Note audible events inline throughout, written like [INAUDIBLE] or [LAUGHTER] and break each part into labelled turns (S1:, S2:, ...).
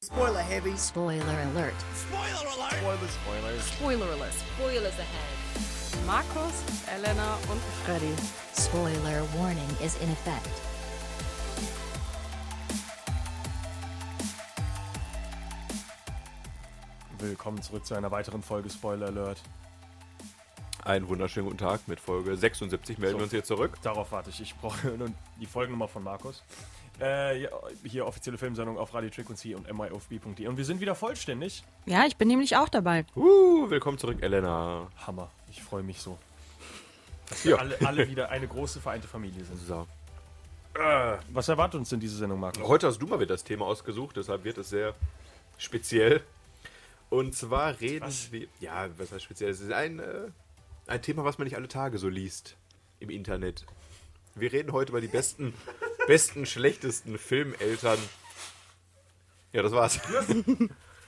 S1: Spoiler heavy.
S2: Spoiler alert.
S1: Spoiler alert. Spoiler, spoilers.
S3: Spoiler alert. Spoilers ahead.
S4: Markus, Elena und Freddy.
S2: Spoiler warning is in effect.
S5: Willkommen zurück zu einer weiteren Folge Spoiler Alert.
S6: Einen wunderschönen guten Tag mit Folge 76 melden wir uns hier zurück.
S5: Darauf warte ich. Ich brauche [LAUGHS] nun die Folgennummer von Markus. Äh, ja, hier offizielle Filmsendung auf Radio Trick und C und myofb.de. Und wir sind wieder vollständig.
S4: Ja, ich bin nämlich auch dabei.
S6: Uh, willkommen zurück, Elena.
S5: Hammer. Ich freue mich so. Dass wir
S6: Ja.
S5: alle, alle wieder eine große vereinte Familie sind.
S6: So.
S5: Was erwartet uns denn diese Sendung, Markus?
S6: Heute hast du mal wieder das Thema ausgesucht, deshalb wird es sehr speziell. Und zwar reden wir. Ja, was heißt speziell? Es ist ein, äh, ein Thema, was man nicht alle Tage so liest im Internet. Wir reden heute über die besten, besten, schlechtesten Filmeltern. Ja, das war's.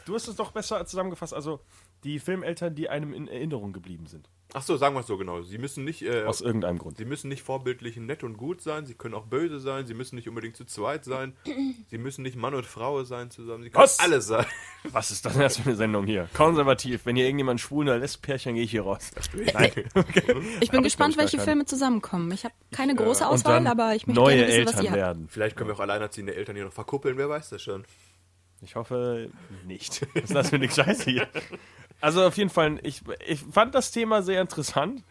S5: Du hast es doch besser zusammengefasst. Also die Filmeltern, die einem in Erinnerung geblieben sind.
S6: Ach so, sagen wir es so genau. Sie müssen nicht. Äh,
S5: Aus irgendeinem Grund.
S6: Sie müssen nicht vorbildlich nett und gut sein, sie können auch böse sein, sie müssen nicht unbedingt zu zweit sein, sie müssen nicht Mann und Frau sein zusammen, sie können
S5: Was?
S6: alles sein.
S5: Was ist das denn jetzt für eine Sendung hier? Konservativ. Wenn hier irgendjemand schwulen oder lässt, Pärchen, gehe ich hier raus. [LAUGHS] Nein.
S4: Ich bin
S5: ich,
S4: gespannt,
S5: glaub ich, gar
S4: welche
S5: keine.
S4: Filme zusammenkommen. Ich habe keine große Auswahl, aber ich möchte
S5: neue
S4: gerne wissen,
S5: Eltern
S4: was ihr habt.
S5: werden.
S6: [LAUGHS] Vielleicht können wir auch alleinerziehende Eltern hier noch verkuppeln, wer weiß das schon.
S5: Ich hoffe nicht. Was ist [LAUGHS] das für eine Scheiße hier? Also auf jeden Fall, ich, ich fand das Thema sehr interessant.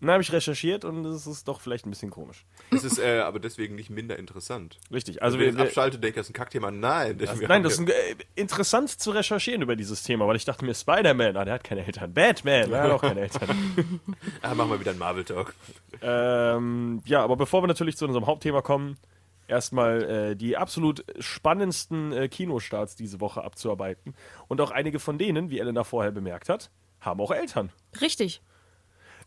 S5: Dann habe ich recherchiert und es ist doch vielleicht ein bisschen komisch.
S6: Es ist äh, aber deswegen nicht minder interessant.
S5: Richtig,
S6: Also
S5: also
S6: Wenn
S5: wir,
S6: ich
S5: wir,
S6: abschalte, denke ich, das ist ein Kackthema. Nein, das,
S5: Nein, das ist ein, äh, interessant zu recherchieren über dieses Thema, weil ich dachte mir, Spider-Man, ah, der hat keine Eltern. Batman, der hat auch keine Eltern. [LAUGHS]
S6: ah, machen wir wieder einen Marvel-Talk.
S5: ähm, ja, aber bevor wir natürlich zu unserem Hauptthema kommen, erstmal äh, die absolut spannendsten äh, Kinostarts diese Woche abzuarbeiten. Und auch einige von denen, wie Elena vorher bemerkt hat, haben auch Eltern.
S4: Richtig.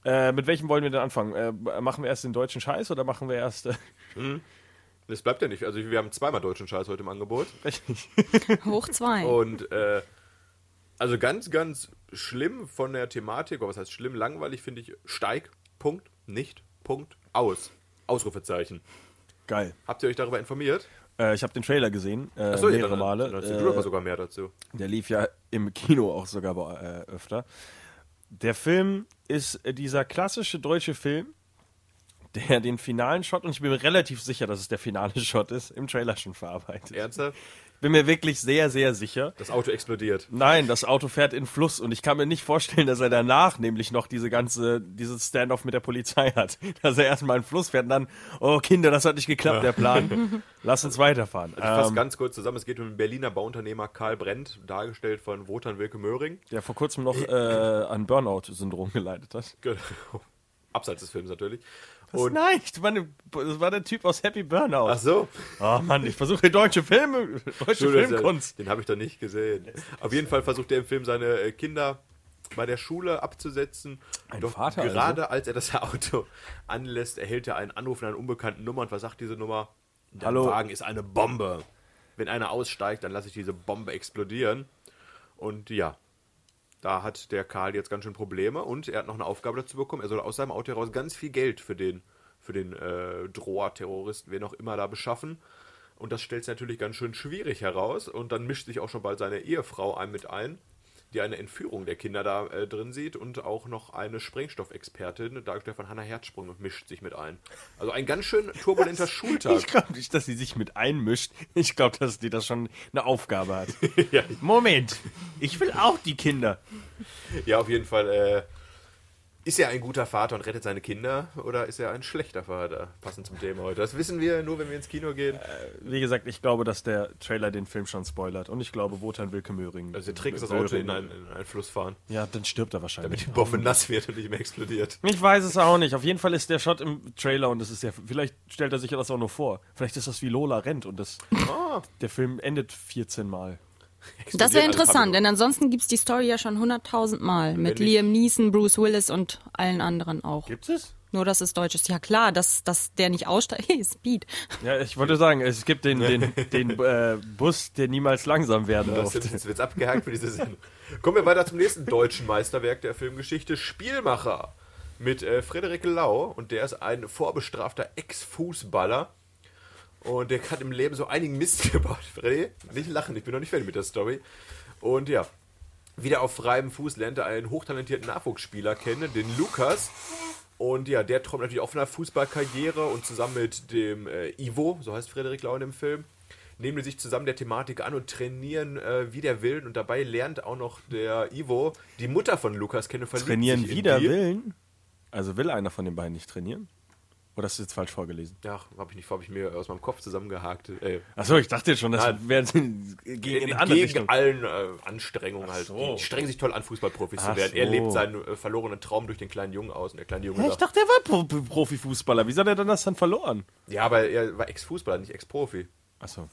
S5: Äh, mit welchem wollen wir denn anfangen? Äh, machen wir erst den deutschen Scheiß oder machen wir erst. Äh,
S6: Das bleibt ja nicht. Also wir haben zweimal deutschen Scheiß heute im Angebot.
S4: Hoch
S6: [LAUGHS]
S4: zwei.
S6: Und äh, also ganz, ganz schlimm von der Thematik, oder was heißt schlimm, langweilig finde ich, steig, Punkt, nicht, Punkt, aus. Ausrufezeichen.
S5: [LAUGHS] Geil.
S6: Habt ihr euch darüber informiert?
S5: Äh, ich habe den Trailer gesehen, äh,
S6: Achso,
S5: mehrere
S6: dann,
S5: Male.
S6: Dann erzähl du
S5: äh,
S6: aber sogar mehr dazu.
S5: Der lief ja im Kino auch sogar bei- äh, öfter. Der Film ist äh, dieser klassische deutsche Film, der den finalen Shot, und ich bin mir relativ sicher, dass es der finale [LAUGHS] Shot ist, im Trailer schon verarbeitet.
S6: Ernsthaft?
S5: Bin mir wirklich sehr, sehr sicher.
S6: Das Auto explodiert.
S5: Nein, das Auto fährt in den Fluss und ich kann mir nicht vorstellen, dass er danach nämlich noch diese ganze, dieses Standoff mit der Polizei hat. [LAUGHS] Dass er erstmal in den Fluss fährt und dann, oh Kinder, das hat nicht geklappt, der
S6: [LAUGHS]
S5: Plan. Lass uns weiterfahren.
S6: Ich fasse
S5: Ähm,
S6: ganz kurz zusammen. Es geht um den Berliner Bauunternehmer Karl Brent, dargestellt von Wotan Wilke Möhring. [LAUGHS]
S5: der vor kurzem noch äh, an Burnout-Syndrom geleitet hat.
S6: Genau. Abseits des Films natürlich. Und,
S5: Nein, ich meine, das war der Typ aus Happy Burnout.
S6: ach so.
S5: Oh Mann, ich versuche deutsche Filme, deutsche
S6: Entschuldigung,
S5: Filmkunst.
S6: Den habe ich doch nicht gesehen. Auf jeden Fall versucht er im Film seine äh, Kinder bei der Schule abzusetzen.
S5: Ein
S6: doch
S5: Vater also?
S6: gerade als er das [LAUGHS] Auto anlässt, erhält er einen Anruf in einer unbekannten Nummer. Und was sagt diese Nummer? Der
S5: Hallo.
S6: Wagen ist eine Bombe. Wenn einer aussteigt, dann lasse ich diese Bombe explodieren. Und ja, da hat der Karl jetzt ganz schön Probleme und er hat noch eine Aufgabe dazu bekommen. Er soll aus seinem Auto heraus ganz viel Geld für den, für den äh, Droher, Terroristen, wen auch immer, da beschaffen. Und das stellt es natürlich ganz schön schwierig heraus. Und dann mischt sich auch schon bald seine Ehefrau ein mit ein, die eine Entführung der Kinder da äh, drin sieht und auch noch eine Sprengstoffexpertin, dargestellt von Hannah Herzsprung, mischt sich mit ein. Also ein ganz schön turbulenter
S5: Ich
S6: Schultag.
S5: glaube nicht, dass sie sich mit einmischt. Ich glaube, dass die das schon eine Aufgabe hat.
S6: [LAUGHS] Ja.
S5: Moment, ich will auch die Kinder.
S6: Ja, auf jeden Fall. Äh, ist er ein guter Vater und rettet seine Kinder oder ist er ein schlechter Vater? Passend zum Thema heute. Das wissen wir nur, wenn wir ins Kino gehen.
S5: Wie gesagt, ich glaube, dass der Trailer den Film schon spoilert. Und ich glaube, Wotan Wilke Möhring.
S6: Also der Trick ist das Auto in einen, in einen Fluss fahren,
S5: Ja, dann stirbt er
S6: damit
S5: wahrscheinlich.
S6: die Bombe nass wird und nicht mehr explodiert.
S5: Ich weiß es auch nicht. Auf jeden Fall ist der Shot im Trailer und das ist ja. Vielleicht stellt er sich das auch nur vor. Vielleicht ist das wie Lola rennt und das.
S6: Ah.
S5: Der Film endet 14 Mal.
S4: Das wäre interessant, denn ansonsten gibt es die Story ja schon hunderttausend Mal. Mit
S6: Wenn ich-
S4: Liam Neeson, Bruce Willis und allen anderen auch.
S5: Gibt es?
S4: Nur, dass es deutsch ist. Ja klar, dass, dass der nicht aussteigt. [LAUGHS] Hey, Speed.
S5: Ja, ich wollte sagen, es gibt den, den,
S6: [LAUGHS]
S5: den äh, Bus, der niemals langsam werden
S6: Das
S5: durfte.
S6: jetzt, jetzt wird's abgehakt für diese Sendung. Kommen wir weiter zum nächsten deutschen Meisterwerk der Filmgeschichte, Spielmacher. Mit äh, Frederik Lau und der ist ein vorbestrafter Ex-Fußballer Und der hat im Leben so einigen Mist [LAUGHS] gebaut. Freddy, nicht lachen, ich bin noch nicht fertig mit der Story. Und ja, wieder auf freiem Fuß lernt er einen hochtalentierten Nachwuchsspieler kennen, den Lukas. Und ja, der träumt natürlich auch von einer Fußballkarriere und zusammen mit dem äh, Ivo, so heißt Frederik Lau in dem Film, nehmen die sich zusammen der Thematik an und trainieren äh, wie der Willen. Und dabei lernt auch noch der Ivo die Mutter von Lukas kennen. und
S5: [LAUGHS]
S6: verliebt
S5: Trainieren
S6: sich in
S5: wider
S6: die.
S5: Willen? Also will einer von den beiden nicht trainieren? Oder hast du jetzt falsch vorgelesen?
S6: Ja, habe ich nicht, habe ich mir aus meinem Kopf zusammengehakt. Äh,
S5: Achso, ich dachte jetzt schon, das
S6: Nein.
S5: wäre gegen
S6: gegen
S5: eine andere Richtung.
S6: allen äh, Anstrengungen halt.
S5: so.
S6: Die strengen sich toll an, Fußballprofis
S5: Ach
S6: zu werden. Er
S5: so.
S6: lebt seinen äh, verlorenen Traum durch den kleinen Jungen aus. Und der kleine Junge
S5: Hä, ich
S6: sagt,
S5: dachte, der war Pro Pro- Profifußballer. Wieso hat er dann das dann verloren?
S6: ja, aber er war Ex-Fußballer, nicht Ex-Profi.
S5: Achso,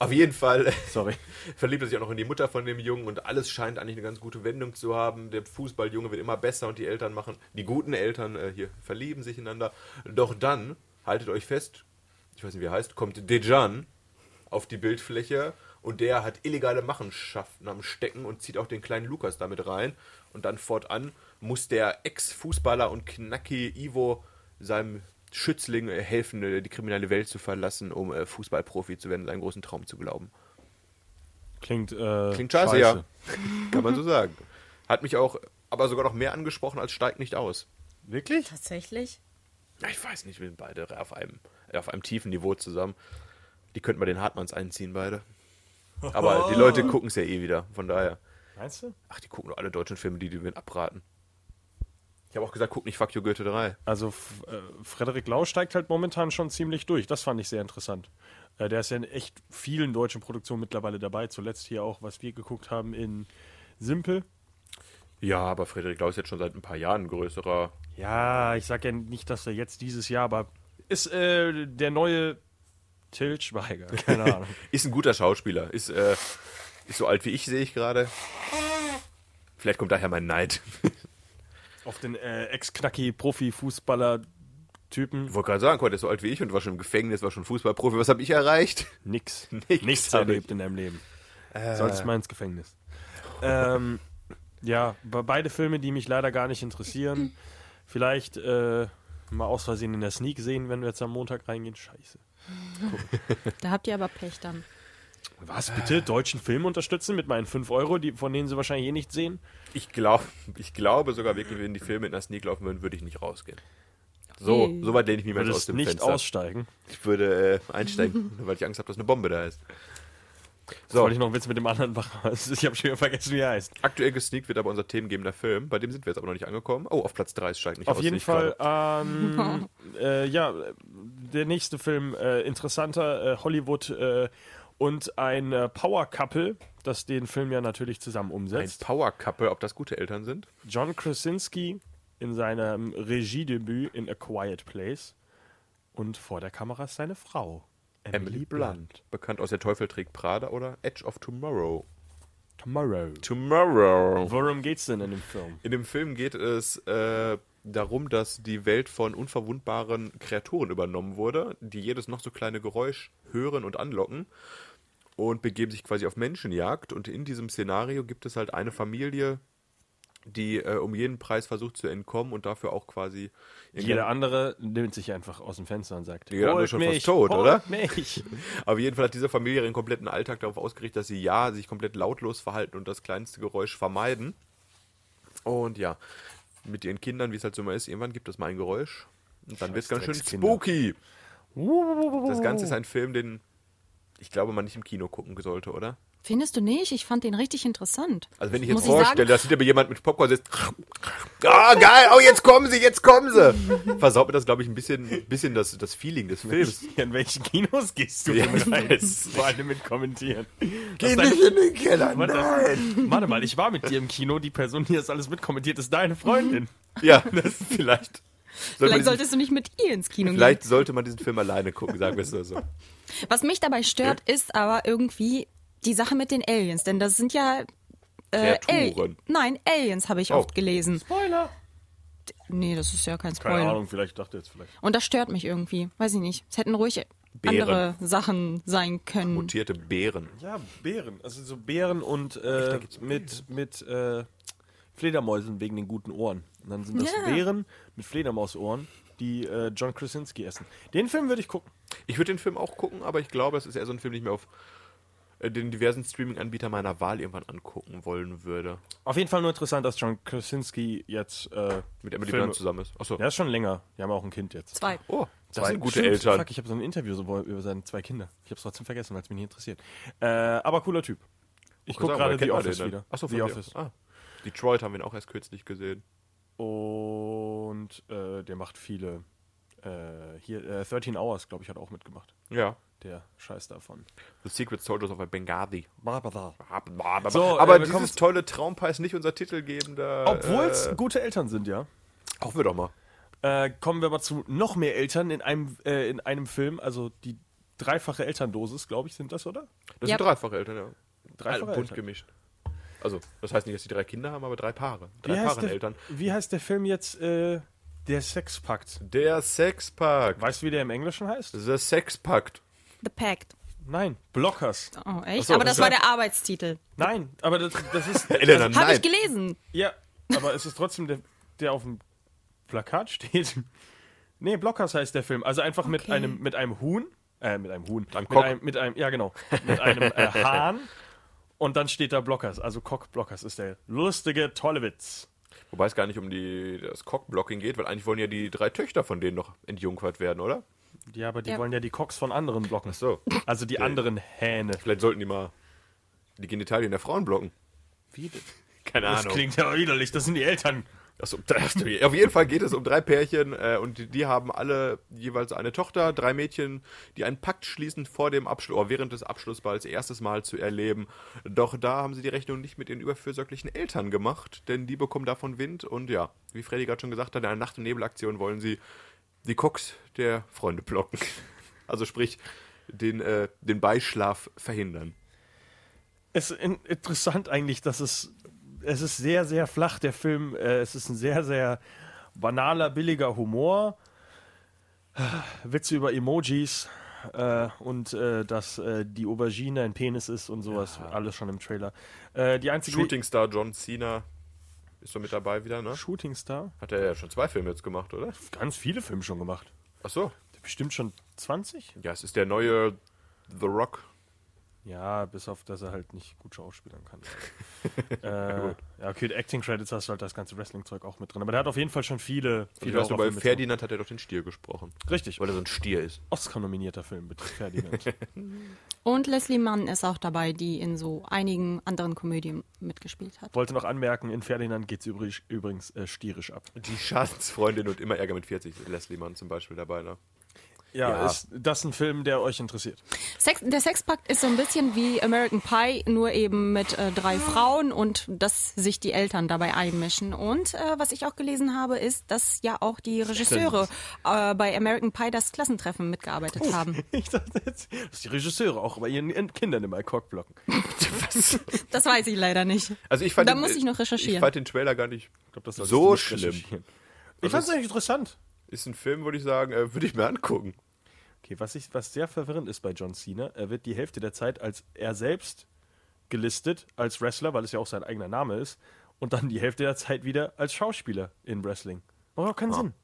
S6: Auf jeden Fall
S5: sorry.
S6: verliebt er sich auch noch in die Mutter von dem Jungen und alles scheint eigentlich eine ganz gute Wendung zu haben. Der Fußballjunge wird immer besser und die Eltern machen, die guten Eltern äh, hier verlieben sich ineinander. Doch dann, haltet euch fest, ich weiß nicht wie er heißt, kommt Dejan auf die Bildfläche und der hat illegale Machenschaften am Stecken und zieht auch den kleinen Lukas damit rein. Und dann fortan muss der Ex-Fußballer und Knacki Ivo seinem Schützling äh, helfen, äh, die kriminelle Welt zu verlassen, um äh, Fußballprofi zu werden, seinen großen Traum zu glauben.
S5: Klingt, äh,
S6: Klingt scheiße, ja. [LAUGHS] Kann man so sagen. Hat mich auch, aber sogar noch mehr angesprochen als steigt nicht aus.
S5: Wirklich?
S3: Tatsächlich?
S6: Ja, Ich weiß nicht, wir sind beide auf einem, äh, auf einem tiefen Niveau zusammen. Die könnten wir den Hartmanns einziehen, beide. [LAUGHS] Aber die Leute gucken es ja eh wieder, von daher.
S5: Meinst du?
S6: Ach, die gucken nur alle deutschen Filme, die die wir abraten. Ich habe auch gesagt, guck nicht Fuck You Goethe 3.
S5: Also F- äh, Frederik Lau steigt halt momentan schon ziemlich durch. Das fand ich sehr interessant. Äh, der ist ja in echt vielen deutschen Produktionen mittlerweile dabei. Zuletzt hier auch, was wir geguckt haben in Simpel.
S6: Ja, aber Frederik Lau ist jetzt schon seit ein paar Jahren ein größerer.
S5: Ja, ich sag ja nicht, dass er jetzt dieses Jahr, aber ist äh, der neue Til Schweiger.
S6: Ah, [LAUGHS]
S5: Keine Ahnung.
S6: Ist ein guter Schauspieler. Ist, äh, ist so alt wie ich, sehe ich gerade. Vielleicht kommt daher mein Neid.
S5: Auf den äh, Ex-Knacki-Profi-Fußballer-Typen
S6: Ich wollte gerade sagen, guck mal, der ist so alt wie ich und war schon im Gefängnis, war schon Fußballprofi. Was habe ich erreicht?
S5: [LAUGHS] nix. Äh.
S6: Nichts hab ich.
S5: erlebt in deinem Leben. Sonst mal ins Gefängnis. ähm, ja, be- beide Filme, die mich leider gar nicht interessieren. Vielleicht äh, mal aus Versehen in der Sneak sehen, wenn wir jetzt am Montag reingehen. Scheiße.
S4: Da habt ihr aber Pech dann.
S5: Was bitte? Deutschen Film unterstützen mit meinen 5 Euro, die, von denen sie wahrscheinlich eh nichts sehen?
S6: Ich, glaub, ich glaube sogar wirklich, wenn die Filme in der Sneak laufen würden, würde ich nicht rausgehen. So,
S4: Ui.
S6: so weit lehne ich mich mal aus
S5: Würdest
S6: dem
S5: Also nicht
S6: Fenster.
S5: aussteigen.
S6: Ich würde äh, einsteigen, weil ich Angst habe, dass eine Bombe da ist.
S5: So.
S6: So,
S5: Wollte ich noch einen Witz mit dem anderen machen. [LAUGHS] Ich habe schon wieder vergessen, wie er heißt.
S6: aktuell gesneakt wird aber unser themengebender Film. Bei dem sind wir jetzt aber noch nicht angekommen. Oh, auf Platz 3 steigt nicht
S5: Auf
S6: aus, sehe
S5: jeden
S6: ich
S5: Fall,
S6: gerade.
S5: ähm, äh, ja, der nächste Film, äh, interessanter, äh, Hollywood äh, und ein äh, Power-Couple, das den Film ja natürlich zusammen
S6: Ein
S5: umsetzt.
S6: Power-Couple, ob das gute Eltern sind?
S5: John Krasinski in seinem Regiedebüt in A Quiet Place und vor der Kamera ist seine Frau,
S6: Emily Blunt. Bekannt aus Der Teufel trägt Prada oder Edge of Tomorrow.
S5: Tomorrow.
S6: Tomorrow.
S5: Worum geht's denn in dem Film?
S6: In dem Film geht es äh, darum, dass die Welt von unverwundbaren Kreaturen übernommen wurde, die jedes noch so kleine Geräusch hören und anlocken und begeben sich quasi auf Menschenjagd. Und in diesem Szenario gibt es halt eine Familie, die äh, um jeden Preis versucht zu entkommen und dafür auch quasi
S5: Jeder andere nimmt sich einfach aus dem Fenster und sagt,
S6: Jeder andere
S5: "Holt
S6: ist schon fast
S5: mich,
S6: tot,
S5: holt
S6: oder?"
S5: mich.
S6: Auf jeden Fall hat diese Familie ihren kompletten Alltag darauf ausgerichtet, dass sie ja sich komplett lautlos verhalten und das kleinste Geräusch vermeiden. Und ja, mit ihren Kindern, wie es halt so immer ist, irgendwann gibt es mal ein Geräusch. Und dann wird es ganz schön
S5: Dreckskinder.
S6: spooky. Das Ganze ist ein Film, den ich glaube, man nicht im Kino gucken sollte, oder?
S4: Findest du nicht? Ich fand den richtig interessant.
S6: Also wenn ich jetzt
S4: Muss
S6: vorstelle,
S4: sagen,
S6: dass hinter mir jemand mit Popcorn sitzt. Ah, geil, oh, jetzt kommen sie, jetzt kommen sie. Versaut mir das, glaube ich, ein bisschen, bisschen das, das Feeling des Films.
S5: [LAUGHS] In welchen Kinos gehst du
S6: Ja,
S5: denn
S6: ich
S5: rein?
S6: weiß.
S5: [LAUGHS] Vor allem mit Kommentieren.
S6: Geh nicht in den Keller, ne?
S5: Warte,
S6: nein.
S5: Warte mal, ich war mit dir im Kino. Die Person, die das alles mitkommentiert, ist deine Freundin.
S6: Mhm. Ja, [LAUGHS] das vielleicht. Soll man
S4: Vielleicht
S6: diesen,
S4: solltest du nicht mit ihr ins Kino
S5: Mhm.
S6: vielleicht sollte man diesen Film alleine gucken, sagen wir es mal so.
S4: gehen. Was mich dabei stört, ist aber irgendwie die Sache mit den Aliens. Denn das sind ja... Äh,
S6: Kreaturen.
S4: Al- Nein, Aliens habe ich
S6: Oh.
S4: oft gelesen.
S5: Spoiler.
S4: Nee, das ist ja kein
S5: Keine
S4: Spoiler.
S5: Ahnung, vielleicht dachte jetzt vielleicht.
S4: Und das stört mich irgendwie. Weiß ich nicht. Es hätten ruhig
S6: Bären.
S4: andere Sachen sein können.
S6: Mutierte Bären.
S5: Ja, Bären. Also so Bären und äh, mit, mit äh, Fledermäusen wegen den guten Ohren. Und dann sind das
S4: Ja.
S5: Bären mit Fledermausohren, die äh, John Krasinski essen. Den Film würde ich gucken.
S6: Ich würde den Film auch gucken, aber ich glaube, das ist eher so ein Film, den ich mir auf äh, den diversen Streaming-Anbieter meiner Wahl irgendwann angucken wollen würde.
S5: Auf jeden Fall nur interessant, dass John Krasinski jetzt äh,
S6: Mit Emily
S5: Filme-
S6: Blunt zusammen ist. Achso.
S5: Ja, ist schon länger. Die haben auch ein Kind jetzt.
S4: Zwei.
S6: Oh,
S5: Das
S6: zwei
S5: sind
S6: gute
S5: stimmt.
S6: Eltern.
S5: Fuck, ich habe so ein Interview so über seine zwei Kinder. Ich habe es trotzdem vergessen, weil es mich nicht interessiert. Äh, aber cooler Typ. Ich gucke gerade The Office wieder.
S6: Achso,
S5: The Office.
S6: Ah. Detroit haben wir ihn auch erst kürzlich gesehen.
S5: Und äh, der macht viele. Äh, hier, äh, 13 Hours, glaube ich, hat auch mitgemacht.
S6: Ja.
S5: Der Scheiß davon.
S6: The Secret Soldiers of Benghazi.
S5: So,
S6: aber
S5: äh, wir kommen-
S6: dieses tolle Traumpaar ist nicht unser titelgebender.
S5: Obwohl es
S6: Äh,
S5: gute Eltern sind, ja.
S6: hoffen wir doch mal.
S5: Äh, kommen wir mal zu noch mehr Eltern in einem, äh, in einem Film. Also die dreifache Elterndosis, glaube ich, sind das, oder?
S6: Das
S4: Ja.
S6: sind dreifache Eltern, ja.
S5: Dreifache
S6: Alle bunt
S5: Eltern.
S6: gemischt. Also, das heißt nicht, dass die drei Kinder haben, aber drei Paare. Drei
S5: Wie heißt,
S6: Paare
S5: der,
S6: Eltern.
S5: wie heißt der Film jetzt? Äh, der Sexpakt.
S6: Der Sexpakt.
S5: Weißt du, wie der im Englischen heißt?
S6: The Sexpakt.
S4: The Pact.
S5: Nein, Blockers.
S4: Oh, echt?
S6: so,
S4: aber
S6: das
S4: das
S6: war-
S4: war der Arbeitstitel.
S5: Nein, aber das, das [LAUGHS] ist.
S6: Elena,
S5: das,
S4: Habe
S6: nein.
S4: ich gelesen.
S5: ja, aber es ist trotzdem der, der auf dem Plakat steht. Nee, Blockers heißt der Film. Also einfach mit
S4: Okay.
S5: einem mit einem Huhn, äh, mit einem Huhn,
S6: Einem
S5: mit
S6: Cock.
S5: einem, mit einem, ja genau, mit einem äh, [LAUGHS] Hahn. Und dann steht da Blockers, also Cock Blockers ist der lustige, tolle Witz.
S6: Wobei es gar nicht um die, das Cockblocking geht, weil eigentlich wollen ja die drei Töchter von denen noch entjungfert werden, oder?
S5: Ja, aber die
S4: Ja.
S5: wollen ja die Cocks von anderen blocken.
S6: so.
S5: Also die anderen Hähne.
S6: Vielleicht sollten die mal die Genitalien der Frauen blocken.
S5: Wie das?
S6: Keine
S5: Das klingt ja widerlich, das sind die Eltern.
S6: Achso, [LAUGHS] das- um auf jeden Fall geht es um drei Pärchen äh, und die, die haben alle jeweils eine Tochter, drei Mädchen, die einen Pakt schließen vor dem Abschluss, oder während des Abschlussballs erstes Mal zu erleben. Doch da haben sie die Rechnung nicht mit den überfürsorglichen Eltern gemacht, denn die bekommen davon Wind und ja, wie Freddy gerade schon gesagt hat, in einer Nacht- und Nebelaktion wollen sie die Cox der Freunde blocken. [LAUGHS] Also sprich, den, äh, den Beischlaf verhindern.
S5: Es ist in, interessant eigentlich, dass es es ist sehr sehr flach der Film. Äh, es ist ein sehr sehr banaler billiger Humor, Witze über Emojis äh, und äh, dass äh, die Aubergine ein Penis ist und sowas alles schon im Trailer. Äh, die einzige
S6: Shooting Star John Cena ist so mit dabei wieder, ne?
S5: Shooting Star.
S6: Hat er ja schon zwei Filme jetzt gemacht, oder?
S5: Ganz viele Filme schon gemacht.
S6: Achso.
S5: Bestimmt schon 20?
S6: Ja, es ist der neue The Rock.
S5: Ja, bis auf, dass er halt nicht gut schauspielern
S6: [LAUGHS]
S5: kann. äh, ja, okay, die Acting Credits hast du halt das ganze Wrestling-Zeug auch mit drin. Aber der hat auf jeden Fall schon viele.
S6: Ich
S5: viele
S6: weiß nur, Also bei
S5: Horrorfilme mit
S6: Ferdinand hat er doch den Stier gesprochen.
S5: drin. Richtig,
S6: Weil er so ein Stier ist.
S5: Oscar-nominierter Film, bitte,
S6: [LAUGHS]
S5: Ferdinand.
S4: Und Leslie Mann ist auch dabei, die in so einigen anderen Komödien mitgespielt hat.
S5: Wollte noch anmerken, in Ferdinand geht es übrig, übrigens äh, stierisch ab.
S6: Die Schadensfreundin und immer Ärger mit 40. Leslie Mann zum Beispiel dabei, ne?
S5: Ja,
S6: Ja.
S5: ist das ein Film, der euch interessiert?
S4: Sex, der Sexpakt ist so ein bisschen wie American Pie, nur eben mit äh, drei Frauen und dass sich die Eltern dabei einmischen. Und äh, was ich auch gelesen habe, ist, dass ja auch die Regisseure äh, bei American Pie das Klassentreffen mitgearbeitet
S6: Oh.
S4: haben.
S5: [LAUGHS] Ich dachte jetzt, dass die Regisseure auch bei ihren Kindern immer Cock blocken.
S6: Was?
S4: Das weiß ich leider nicht.
S6: Also ich fand
S4: da
S6: den,
S4: muss ich noch
S6: Ich
S4: recherchieren.
S6: fand den Trailer gar nicht.
S5: Ich glaub, das solltest
S6: So
S5: du nicht
S6: schlimm. Also
S5: recherchieren. Ich fand es eigentlich interessant.
S6: Ist ein Film, würde ich sagen, äh, würde ich mir angucken.
S5: Okay, was, ich, was sehr verwirrend ist bei John Cena, er wird die Hälfte der Zeit als er selbst gelistet, als Wrestler, weil es ja auch sein eigener Name ist, und dann die Hälfte der Zeit wieder als Schauspieler in Wrestling. Macht auch
S6: Ah.
S5: keinen Sinn.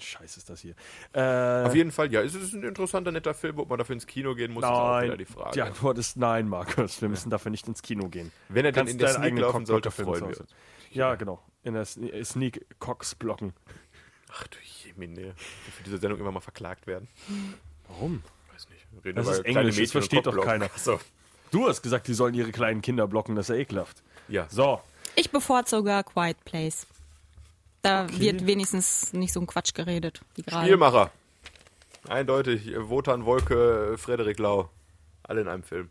S5: Scheiß ist das hier. Äh,
S6: Auf jeden Fall, ja, es ist ein interessanter, netter Film, ob man dafür ins Kino gehen muss, ist auch wieder
S5: nein,
S6: die
S5: die,
S6: Frage.
S5: Antwort ist nein, Markus. Wir müssen dafür nicht ins Kino gehen.
S6: Wenn er denn
S5: Kannst
S6: in der
S5: deinen
S6: Sneak
S5: eigenen
S6: laufen
S5: Cock
S6: sollte,
S5: Blocker Filme
S6: freuen wir
S5: zu Hause. Ja, genau. In der Sne- äh, Sneak Cox blocken.
S6: Ach du Jemine, für diese Sendung immer mal verklagt werden.
S5: Warum?
S6: Weiß nicht. Reden
S5: Das
S6: über
S5: ist
S6: kleine
S5: Englisch, das
S6: Mädchen und
S5: versteht doch
S6: Cockblock.
S5: keiner.
S6: Ach So.
S5: Du hast gesagt, die sollen ihre kleinen Kinder blocken, das ist ja ekelhaft.
S6: Ja.
S5: So,
S4: Ich bevorzuge Quiet Place. Da wird wenigstens nicht so ein Quatsch geredet, wie gerade.
S6: Spielmacher. Eindeutig. äh, Wotan Wolke, äh, Frederik Lau. Alle in einem [LAUGHS] Film.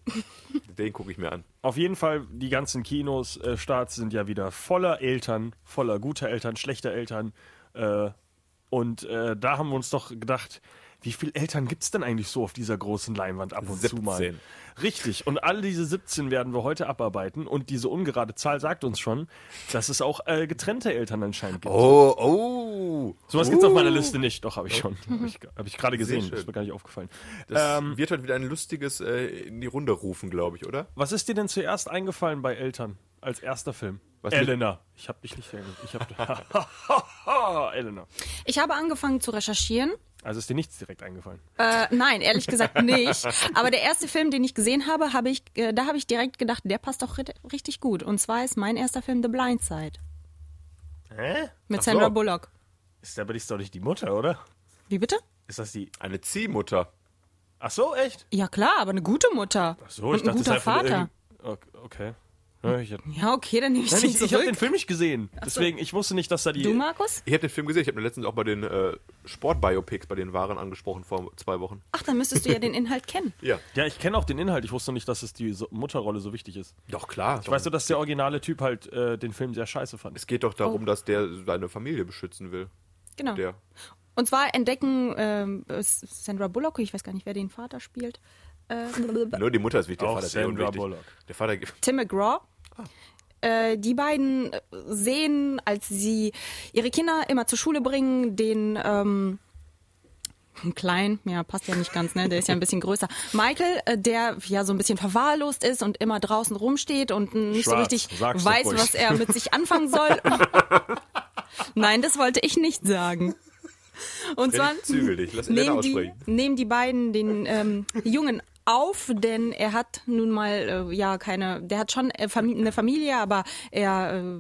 S6: Den gucke ich mir an.
S5: Auf jeden Fall, die ganzen Kinos, äh, Starts sind ja wieder voller Eltern, voller guter Eltern, schlechter Eltern. Äh, und äh, da haben wir uns doch gedacht, wie viele Eltern gibt es denn eigentlich so auf dieser großen Leinwand ab und zu mal?
S6: 17.
S5: Richtig, und alle diese 17 werden wir heute abarbeiten. Und diese ungerade Zahl sagt uns schon, dass es auch äh, getrennte Eltern anscheinend gibt.
S6: Oh, oh.
S5: Sowas gibt es auf meiner Liste nicht. Doch, habe ich schon. Habe ich, hab ich gerade gesehen.
S6: schön.
S5: Ist mir gar nicht aufgefallen.
S6: Das
S5: Ähm,
S6: wird heute wieder ein lustiges äh, in die Runde rufen, glaube ich, oder?
S5: Was ist dir denn zuerst eingefallen bei Eltern als erster Film?
S6: Was mit-
S5: Elena. Ich habe dich nicht erinnert. Ich habe [LAUGHS] Elena.
S4: Ich habe angefangen zu recherchieren
S5: Also ist dir nichts direkt eingefallen.
S4: Äh, nein, ehrlich gesagt nicht. Aber der erste Film, den ich gesehen habe, habe ich, äh, da habe ich direkt gedacht, der passt doch ri- richtig gut. Und zwar ist mein erster Film The Blind Side
S5: Hä?
S4: mit
S5: Ach
S4: Sandra
S5: so.
S4: Bullock.
S5: Ist aber ist doch nicht die Mutter, oder?
S4: Wie bitte?
S5: Ist das die.
S6: Eine Ziehmutter.
S5: Ach so, echt?
S4: Ja klar, aber eine gute Mutter
S5: Ach so,
S4: und
S5: ich
S4: ein
S5: dachte,
S4: guter
S5: das ist einfach nur
S4: Vater.
S5: irgend- Ok- Okay. Ja,
S4: [LAUGHS]
S5: ich hab-
S4: Ja okay, dann nehme ich
S5: Nein,
S4: den
S5: ich, ich habe den
S4: zurück.
S5: Film nicht gesehen. Deswegen, ich wusste nicht, dass da die.
S4: Du Markus?
S6: Ich habe den Film gesehen. Ich habe letztens auch bei den äh, Sportbiopics bei den Waren angesprochen vor zwei Wochen.
S4: Ach, dann müsstest du ja den Inhalt kennen.
S6: Ja.
S5: Ja, ich kenne auch den Inhalt. Ich wusste nicht, dass es die so Mutterrolle so wichtig ist.
S6: Doch, klar.
S5: Ich weiß nur, dass der originale Typ halt äh, den Film sehr scheiße fand.
S6: es geht doch
S5: Oh.
S6: darum, dass der seine Familie beschützen will.
S4: Genau.
S6: Der.
S4: Und zwar entdecken ähm, äh, Sandra Bullock, ich weiß gar nicht, wer den Vater spielt, äh,
S6: Nur ne, die Mutter ist wichtig, der
S5: Auch
S6: Vater ist eh
S5: Sandra
S6: unwichtig.
S5: Bullock.
S6: Der Vater [LAUGHS]
S4: Tim McGraw. Äh, Die beiden äh, sehen, als sie ihre Kinder immer zur Schule bringen, den ähm, [LAUGHS] klein, ja, passt ja nicht ganz, ne? Der ist ja ein bisschen größer. Michael, äh, der ja so ein bisschen verwahrlost ist und immer draußen rumsteht und nicht
S5: Schwarz,
S4: so richtig
S5: sag's doch
S4: weiß,
S5: ruhig.
S4: was er mit sich
S5: [LAUGHS]
S4: anfangen soll. Nein, das wollte ich nicht sagen. Und zwar
S6: Wenn ich zügel dich, lass Elena
S4: nehmen die,
S6: aussprechen.
S4: nehmen die beiden den ähm, Jungen auf, denn er hat nun mal äh, ja keine, der hat schon äh, Fam eine Familie, aber er äh,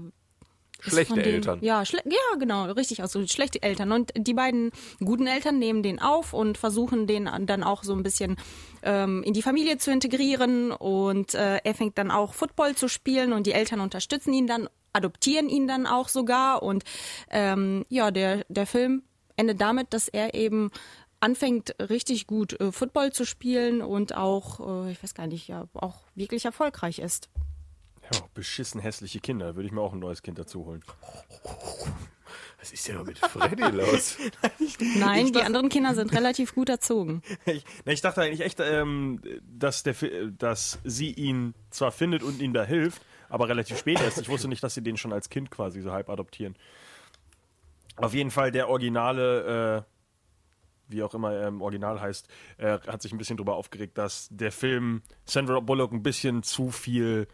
S4: ist
S6: Schlechte
S4: von denen-
S6: Eltern.
S4: Ja, schle ja, genau, richtig aus, schlechte Eltern. Und die beiden guten Eltern nehmen den auf und versuchen den dann auch so ein bisschen ähm, in die Familie zu integrieren. Und äh, er fängt dann auch Football zu spielen und die Eltern unterstützen ihn dann, adoptieren ihn dann auch sogar. Und ähm, ja, der, der Film endet damit, dass er eben anfängt richtig gut äh, Football zu spielen und auch, äh, ich weiß gar nicht, ja, auch wirklich erfolgreich ist.
S5: Ja, beschissen hässliche Kinder. Würde ich mir auch ein neues Kind dazu holen.
S6: Was ist denn
S4: [LAUGHS]
S6: mit Freddy los?
S4: Nein, die anderen Kinder sind relativ gut erzogen.
S5: Ich, na, ich dachte eigentlich echt, ähm, dass, der, Fi- dass sie ihn zwar findet und ihm da hilft, aber relativ spät erst. Ich wusste nicht, dass sie den schon als Kind quasi so halb adoptieren. Auf jeden Fall der originale, äh, wie auch immer er im Original heißt, äh, hat sich ein bisschen drüber aufgeregt, dass der Film Sandra Bullock ein bisschen zu viel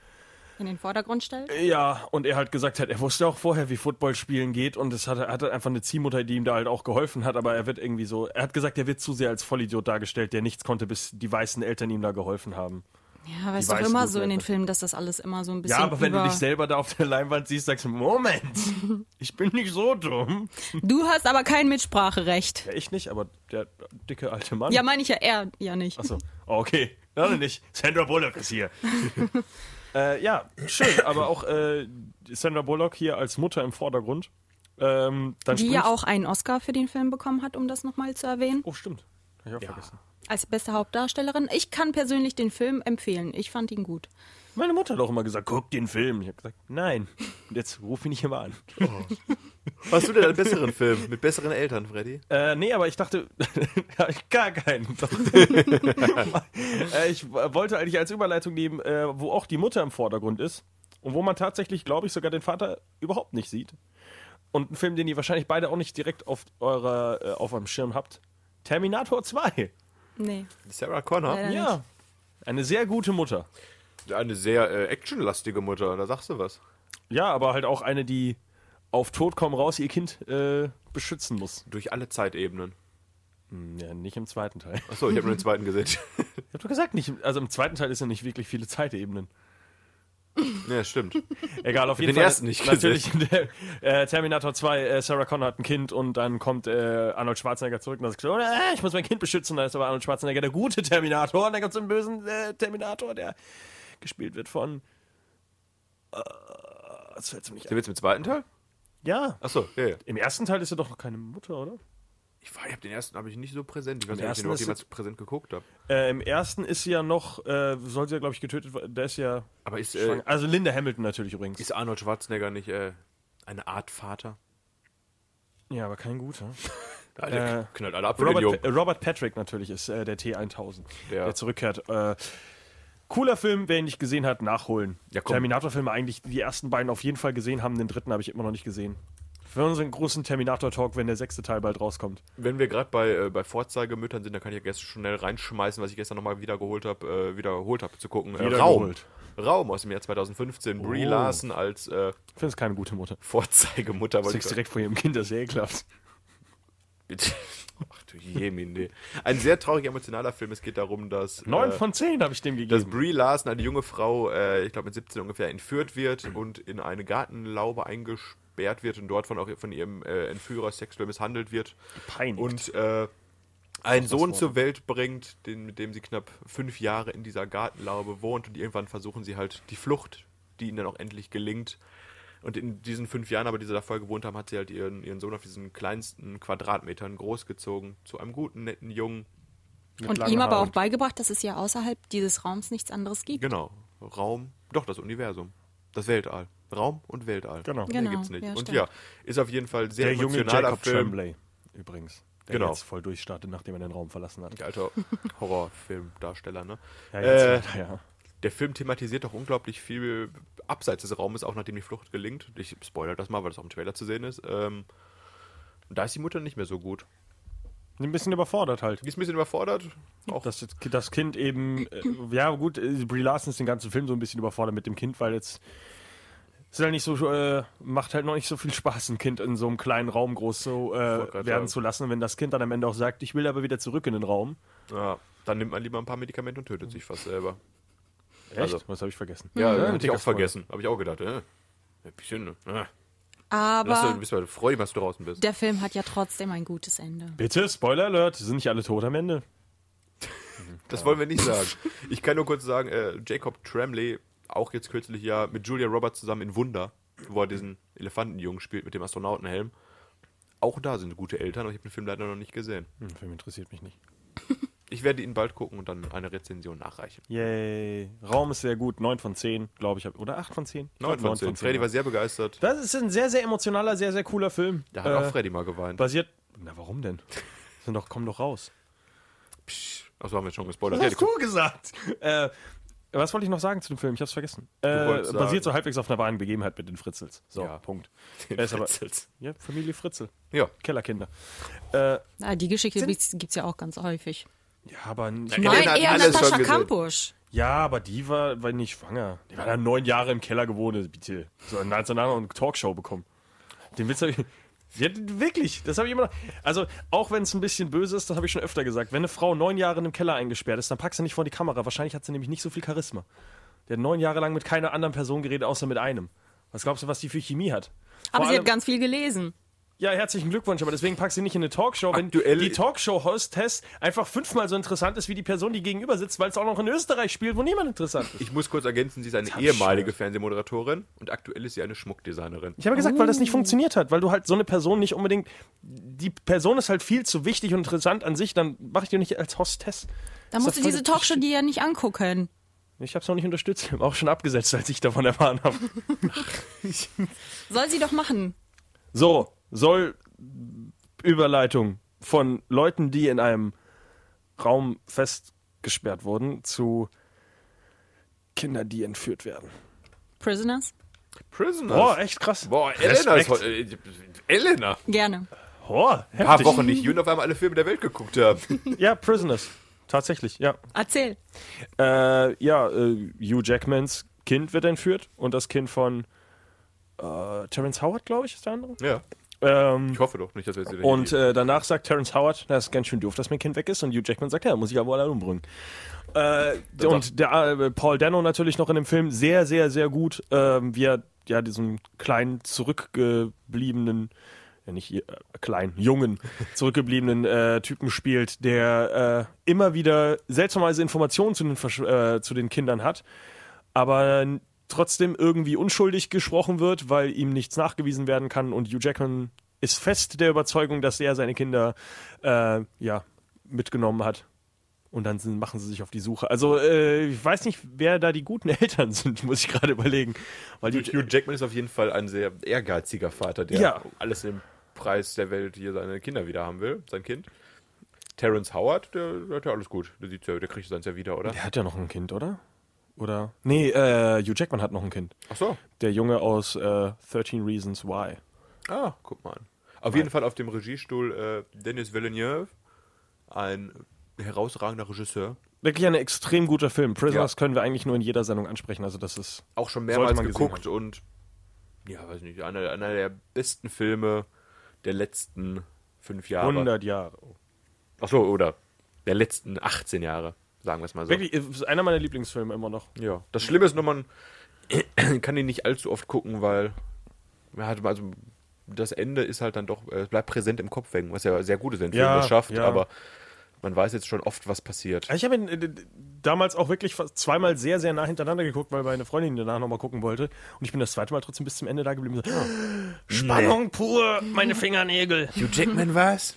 S4: in den Vordergrund stellt.
S5: Äh, Ja, und er hat gesagt hat, er wusste auch vorher, wie Football spielen geht und es hat, hat halt einfach eine Ziehmutter, die ihm da halt auch geholfen hat, aber er wird irgendwie so, er hat gesagt, er wird zu sehr als Vollidiot dargestellt, der nichts konnte, bis die weißen Eltern ihm da geholfen haben.
S4: Ja, aber ist
S5: Die
S4: doch
S5: weiß
S4: immer
S5: gut,
S4: so in den
S5: Leute.
S4: Filmen, dass das alles immer so ein bisschen.
S5: ja, aber wenn
S4: über
S5: du dich selber da auf der Leinwand siehst, sagst du,
S4: [LAUGHS]
S5: Moment, ich bin nicht so dumm.
S4: du hast aber kein Mitspracherecht.
S5: Ja, ich nicht, aber der dicke alte Mann.
S4: Ja, meine ich ja er ja nicht.
S5: Achso, oh, okay. Nein, nein, nicht. Sandra Bullock ist
S4: [LAUGHS]
S5: hier. äh, ja, schön, aber auch äh, Sandra Bullock hier als Mutter im Vordergrund. Ähm, dann
S4: Die ja
S5: springst-
S4: auch einen Oscar für den Film bekommen hat, um das nochmal zu erwähnen.
S5: Oh, stimmt. Hab ich auch vergessen.
S4: Als beste Hauptdarstellerin. Ich kann persönlich den Film empfehlen. Ich fand ihn gut.
S5: Meine Mutter hat auch immer gesagt, guck den Film. Ich habe gesagt, nein. Und jetzt ruf ihn nicht immer [LAUGHS] an.
S6: Hast du denn einen besseren Film? Mit besseren Eltern, Freddy?
S5: Äh, nee, aber ich dachte, [LAUGHS] hab ich gar [LAUGHS] keinen. äh, ich w- wollte eigentlich als Überleitung nehmen, äh, wo auch die Mutter im Vordergrund ist und wo man tatsächlich, glaube ich, sogar den Vater überhaupt nicht sieht. Und ein Film, den ihr wahrscheinlich beide auch nicht direkt auf, eurer, äh, auf eurem Schirm habt. Terminator 2.
S4: Nee.
S6: Sarah Connor?
S4: Leider nicht.
S5: Ja. Eine sehr gute Mutter.
S6: Eine sehr äh, actionlastige Mutter, da sagst du was.
S5: Ja, aber halt auch eine, die auf Tod komm raus ihr Kind äh, beschützen muss.
S6: Durch alle Zeitebenen.
S5: Ja, nicht im zweiten Teil.
S6: Achso, ich habe nur den zweiten [LAUGHS] gesehen.
S5: Ich hab doch gesagt, nicht, also im zweiten Teil ist ja nicht wirklich viele Zeitebenen.
S6: ja, stimmt.
S5: Egal, auf jeden
S6: den
S5: Fall.
S6: ersten nicht
S5: natürlich. Der, äh, Terminator 2, äh, Sarah Connor hat ein Kind und dann kommt äh, Arnold Schwarzenegger zurück und dann sagt, er, oh, äh, ich muss mein Kind beschützen. Dann ist aber Arnold Schwarzenegger der gute Terminator und dann gibt's einen bösen äh, Terminator, der gespielt wird von. Äh, das fällt mir nicht
S6: Sind wir
S5: ein.
S6: jetzt mit dem zweiten Teil?
S5: Ja.
S6: Achso, ja, ja.
S5: Im ersten Teil ist er doch noch keine Mutter, oder?
S6: Ich, war- ich habe den ersten habe ich nicht so präsent. Ich weiß
S5: Den
S6: nicht, ob ich
S5: ersten
S6: den überhaupt
S5: ist-
S6: jemals präsent geguckt habe.
S5: Äh, Im ersten ist sie ja noch, äh, soll sie ja, glaube ich, getötet werden. Der ist ja.
S6: Aber ist, äh,
S5: schwanger. also Linda Hamilton natürlich übrigens.
S6: ist Arnold Schwarzenegger nicht äh, eine Art Vater?
S5: ja, aber kein guter.
S6: Ja, der
S5: Äh,
S6: knallt alle ab für den
S5: Robert,
S6: Jungen.
S5: Pa- äh, Robert Patrick natürlich ist äh, der T1000,
S6: Ja.
S5: der zurückkehrt. Äh, cooler Film, wer ihn nicht gesehen hat, nachholen.
S6: Ja, komm.
S5: Terminator-Filme eigentlich die ersten beiden auf jeden Fall gesehen haben, den dritten habe ich immer noch nicht gesehen. Für unseren großen Terminator-Talk, wenn der sechste Teil bald rauskommt.
S6: Wenn wir gerade bei, äh, bei Vorzeigemüttern sind, dann kann ich ja gestern schnell reinschmeißen, was ich gestern nochmal wiedergeholt habe, äh, wiederholt habe zu gucken. Äh, Raum.
S5: Wiedergeholt.
S6: Raum aus dem Jahr 2015. Brie
S5: Oh.
S6: Larson als äh,
S5: Ich finde es keine gute Mutter.
S6: Vorzeigemutter.
S5: Du
S6: wollte
S5: kriegst
S6: ich-
S5: direkt vor ihrem Kind, das ist ja ekelhaft.
S6: Bitte. [LAUGHS] Ach du Jemine. Ein sehr traurig emotionaler Film. Es geht darum, dass.
S5: Neun
S6: äh,
S5: von zehn habe ich dem
S6: dass
S5: gegeben.
S6: Brie Larson, eine junge Frau, äh, ich glaube mit 17 ungefähr, entführt wird und in eine Gartenlaube eingesperrt wird und dort von, auch von ihrem äh, Entführer sexuell misshandelt wird.
S5: Gepeinigt.
S6: Und äh, einen Sohn zur Welt bringt, den, mit dem sie knapp fünf Jahre in dieser Gartenlaube wohnt und irgendwann versuchen sie halt die Flucht, die ihnen dann auch endlich gelingt. Und in diesen fünf Jahren, aber die sie davor gewohnt haben, hat sie halt ihren, ihren Sohn auf diesen kleinsten Quadratmetern großgezogen, zu einem guten, netten Jungen.
S4: Und ihm aber auch beigebracht, dass es ja außerhalb dieses Raums nichts anderes gibt.
S6: Genau. Raum, doch das Universum. Das Weltall. Raum und Weltall.
S5: Genau.
S6: Mehr
S4: Genau,
S6: gibt's nicht.
S4: ja,
S6: und
S4: stimmt.
S6: ja, ist auf jeden Fall ein sehr
S5: Der junge
S6: emotionaler
S5: Jacob
S6: Film.
S5: Tremblay übrigens. Der
S6: Genau.
S5: jetzt voll durchstartet, nachdem er den Raum verlassen hat.
S4: [LAUGHS]
S6: Alter Horrorfilmdarsteller, ne?
S5: Ja,
S6: äh,
S5: jetzt, ja.
S6: der Film thematisiert doch unglaublich viel abseits des Raumes, auch nachdem die Flucht gelingt. Ich spoilere das mal, weil das auch im Trailer zu sehen ist. Ähm, da ist die Mutter nicht mehr so gut.
S5: Ein bisschen überfordert halt.
S6: Die ist ein bisschen überfordert. Auch
S5: Dass jetzt das Kind eben, äh, ja gut, äh, Brie Larson ist den ganzen Film so ein bisschen überfordert mit dem Kind, weil jetzt ist halt nicht so, äh, macht halt noch nicht so viel Spaß, ein Kind in so einem kleinen Raum groß so
S6: wollte
S5: äh,
S6: grad
S5: werden
S6: sagen.
S5: zu lassen. Und wenn das Kind dann am Ende auch sagt, ich will aber wieder zurück in den Raum.
S6: ja, dann nimmt man lieber ein paar Medikamente und tötet sich fast selber.
S5: Echt?
S6: Also-
S5: Was habe ich vergessen?
S6: Ja,
S5: ne?
S6: ja hätte ich auch
S5: Dickers Freund.
S6: vergessen. Habe ich auch gedacht. Äh, ein bisschen, ne? Äh. Lass dir- du
S4: Aber
S6: bist mal freu, was du draußen bist.
S4: der Film hat ja trotzdem ein gutes Ende.
S5: Bitte, Spoiler Alert, sind nicht alle tot am Ende?
S6: Das wollen wir [LAUGHS] nicht sagen. Ich kann nur kurz sagen, äh, Jacob Tremblay, auch jetzt kürzlich ja mit Julia Roberts zusammen in Wunder, wo er diesen Elefantenjungen spielt mit dem Astronautenhelm. Auch da sind gute Eltern, aber ich habe den Film leider noch nicht gesehen.
S5: Hm, Film interessiert mich nicht.
S6: Ich werde ihn bald gucken und dann eine Rezension nachreichen.
S5: Yay. Raum ist sehr gut, 9 von 10, glaube ich. hab- Oder 8 von 10?
S6: 9 von 10. Freddy war sehr begeistert.
S5: Das ist ein sehr, sehr emotionaler, sehr, sehr cooler Film. Äh,
S6: Da hat auch Freddy mal geweint.
S5: Basiert. Na, warum
S6: [LAUGHS]
S5: denn? Sind doch, komm doch raus.
S6: Achso, haben wir schon gespoilert.
S5: Das
S6: Ja,
S5: hast du gesagt. Äh, was wollte ich noch sagen zu dem Film? Ich hab's vergessen. Äh,
S6: wolltest
S5: basiert
S6: sagen-
S5: so halbwegs auf einer wahren Begebenheit mit den Fritzels. So,
S6: Ja.
S5: Punkt.
S6: [LAUGHS] Den
S5: Er ist aber-
S6: Fritzels.
S5: Ja, Familie Fritzel.
S6: ja.
S5: Kellerkinder. Äh,
S4: Ah, die Geschichte gibt es ja auch ganz häufig.
S5: ja, aber nicht,
S6: Elena
S4: Nein,
S6: hat
S4: eher
S6: alles schon
S4: Natascha
S6: gesehen.
S4: Kampusch.
S5: ja, aber die war, war nicht schwanger. Die war dann neun Jahre im Keller gewohnt, bitte. So dann hat sie nachher noch eine Talkshow bekommen. Den Witz habe ich. Ja, wirklich, das habe ich immer noch. Also, auch wenn es ein bisschen böse ist, das habe ich schon öfter gesagt. Wenn eine Frau neun Jahre in einem Keller eingesperrt ist, dann packst du nicht vor die Kamera. Wahrscheinlich hat sie nämlich nicht so viel Charisma. Der hat neun Jahre lang mit keiner anderen Person geredet, außer mit einem. Was glaubst du, was die für Chemie hat?
S4: Aber
S5: Vor
S4: sie
S5: allem-
S4: hat ganz viel gelesen.
S5: ja, herzlichen Glückwunsch, aber deswegen packst du ihn nicht in eine Talkshow, wenn
S6: Aktuell-
S5: die Talkshow-Hostess einfach fünfmal so interessant ist wie die Person, die gegenüber sitzt, weil es auch noch in Österreich spielt, wo niemand interessant ist.
S6: Ich muss kurz ergänzen, sie ist eine
S5: hab ich
S6: ehemalige
S5: schon.
S6: Fernsehmoderatorin und aktuell ist sie eine Schmuckdesignerin.
S5: Ich habe gesagt, weil das nicht funktioniert hat, weil du halt so eine Person nicht unbedingt. Die Person ist halt viel zu wichtig und interessant an sich, dann mach ich die nicht als Hostess.
S4: Da
S5: Ist
S4: musst du
S5: doch
S4: diese
S5: voll-
S4: Talkshow dir ja nicht angucken.
S5: Ich hab's noch nicht unterstützt, ich hab auch schon abgesetzt, als ich davon erfahren habe.
S4: Soll sie doch machen.
S5: So, soll Überleitung von Leuten, die in einem Raum festgesperrt wurden, zu Kindern, die entführt werden.
S4: Prisoners?
S6: Prisoners.
S5: Boah, echt krass.
S6: Boah, Elena ist
S5: Respekt.
S6: heute. äh, Elena.
S4: Gerne.
S5: Boah, heftig.
S6: Ein paar Wochen nicht. Jun auf einmal alle Filme der Welt geguckt haben.
S5: [LAUGHS] Ja, Prisoners. Tatsächlich, ja.
S4: Erzähl.
S5: Äh, ja, äh, Hugh Jackmans Kind wird entführt und das Kind von äh, Terence Howard, glaube ich, ist der andere.
S6: Ja.
S5: Ähm,
S6: Ich hoffe doch nicht, dass wir jetzt wieder
S5: und äh, danach sagt Terence Howard, das ist ganz schön doof, dass mein Kind weg ist. Und Hugh Jackman sagt, ja, muss ich aber wohl allein umbringen. Äh, und der äh, Paul Dano natürlich noch in dem Film sehr, sehr, sehr gut, ähm, wie er ja diesen kleinen, zurückgebliebenen, ja nicht äh, kleinen, jungen, zurückgebliebenen äh, Typen spielt, der äh, immer wieder seltsamerweise Informationen zu den, Versch- äh, zu den Kindern hat, aber trotzdem irgendwie unschuldig gesprochen wird, weil ihm nichts nachgewiesen werden kann und Hugh Jackman ist fest der Überzeugung, dass er seine Kinder äh, ja, mitgenommen hat. Und dann sind, machen sie sich auf die Suche. Also äh, ich weiß nicht, wer da die guten [LAUGHS] Eltern sind, muss ich gerade überlegen. Weil die,
S6: Hugh Jackman ist auf jeden Fall ein sehr ehrgeiziger Vater, der
S5: Ja.
S6: alles im Preis der Welt hier seine Kinder wieder haben will, sein Kind. Terence Howard, der, der hat ja alles gut. Der, sieht, ja- der kriegt seins ja wieder, oder?
S5: der hat ja noch ein Kind, oder? Oder? Nee, äh, Hugh Jackman hat noch ein Kind.
S6: Ach so.
S5: Der Junge aus äh, 13 Reasons Why.
S6: Ah, guck mal an. Auf jeden Fall auf dem Regiestuhl äh, Dennis Villeneuve, ein herausragender Regisseur.
S5: Wirklich ein extrem guter Film. Prisoners
S6: Ja.
S5: können wir eigentlich nur in jeder Sendung ansprechen. Also das ist
S6: Auch schon
S5: Sollte
S6: mehrmals
S5: man gesehen
S6: geguckt und ja, weiß nicht, einer, einer der besten Filme der letzten fünf Jahre.
S5: 100 Jahre. Oh.
S6: Ach so, oder der letzten 18 Jahre, sagen wir es mal so.
S5: Wirklich, ist einer meiner Lieblingsfilme immer noch.
S6: Ja. Das Schlimme ist nur, man [CLEARS THROAT] kann ihn nicht allzu oft gucken, weil man hat also das Ende ist halt dann doch äh, bleibt präsent im Kopf hängen, was ja sehr gut ist, wenn ein Film
S5: Ja,
S6: das schafft,
S5: ja.
S6: aber man weiß jetzt schon oft, was passiert.
S5: Also Ich habe ihn äh, d- damals auch wirklich fast zweimal sehr, sehr nah hintereinander geguckt, weil meine Freundin ihn danach nochmal gucken wollte. Und ich bin das zweite Mal trotzdem bis zum Ende da geblieben. So, [GASPS] Spannung pur, meine Fingernägel.
S6: Hugh Jackman war's?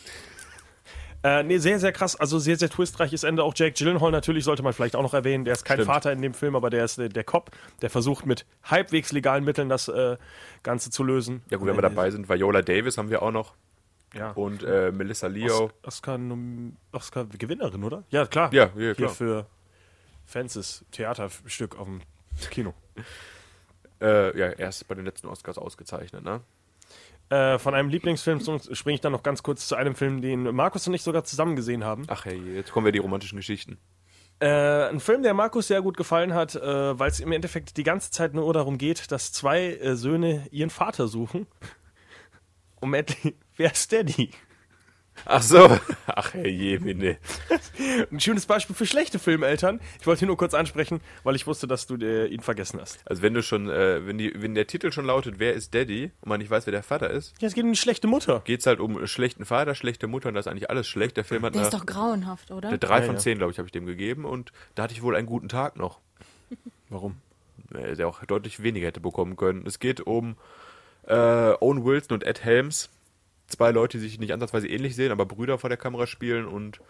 S5: Äh, nee, sehr, sehr krass. Also sehr, sehr twistreiches Ende. Auch Jake Gyllenhaal natürlich sollte man vielleicht auch noch erwähnen. Der ist kein
S6: Stimmt.
S5: Vater in dem Film, aber der ist äh, der Cop. Der versucht mit halbwegs legalen Mitteln das äh, Ganze zu lösen. Äh,
S6: Ja gut, wenn wir dabei sind, Viola Davis haben wir auch noch
S5: Ja.
S6: und äh, Melissa Leo.
S5: Os Oscar, nom- Oscar Gewinnerin, oder? Ja, klar.
S6: Ja, ja,
S5: Hier
S6: klar.
S5: für Fences Theaterstück auf dem Kino.
S6: Äh, ja, erst bei den letzten Oscars ausgezeichnet, ne?
S5: Äh, von einem Lieblingsfilm zum- springe ich dann noch ganz kurz zu einem Film, den Markus und ich sogar zusammen gesehen haben.
S6: Ach hey, jetzt kommen wir die romantischen Geschichten.
S5: Äh, ein Film, der Markus sehr gut gefallen hat, äh, weil es im Endeffekt die ganze Zeit nur darum geht, dass zwei äh, Söhne ihren Vater suchen. [LAUGHS] Um endlich, [LAUGHS] wer ist Daddy?
S6: Ach so. [LAUGHS] Ach hey, je, Minde.
S5: Ein schönes Beispiel für schlechte Filmeltern. Ich wollte ihn nur kurz ansprechen, weil ich wusste, dass du äh, ihn vergessen hast.
S6: Also wenn du schon, äh, wenn, die, wenn der Titel schon lautet, wer ist Daddy und man nicht weiß, wer der Vater ist,
S5: Ja, es geht um eine schlechte Mutter.
S6: geht's halt um schlechten Vater, schlechte Mutter und das ist eigentlich alles schlecht. Der Film hat
S4: Der
S6: eine,
S4: ist doch grauenhaft,
S6: eine
S4: oder?
S6: 3
S5: Ja,
S6: von
S5: ja.
S6: 10, glaube ich, habe ich dem gegeben und da hatte ich wohl einen guten Tag noch.
S5: Warum?
S6: Äh, Der auch deutlich weniger hätte bekommen können. Es geht um äh, Owen Wilson und Ed Helms. Zwei Leute, die sich nicht ansatzweise ähnlich sehen, aber Brüder vor der Kamera spielen und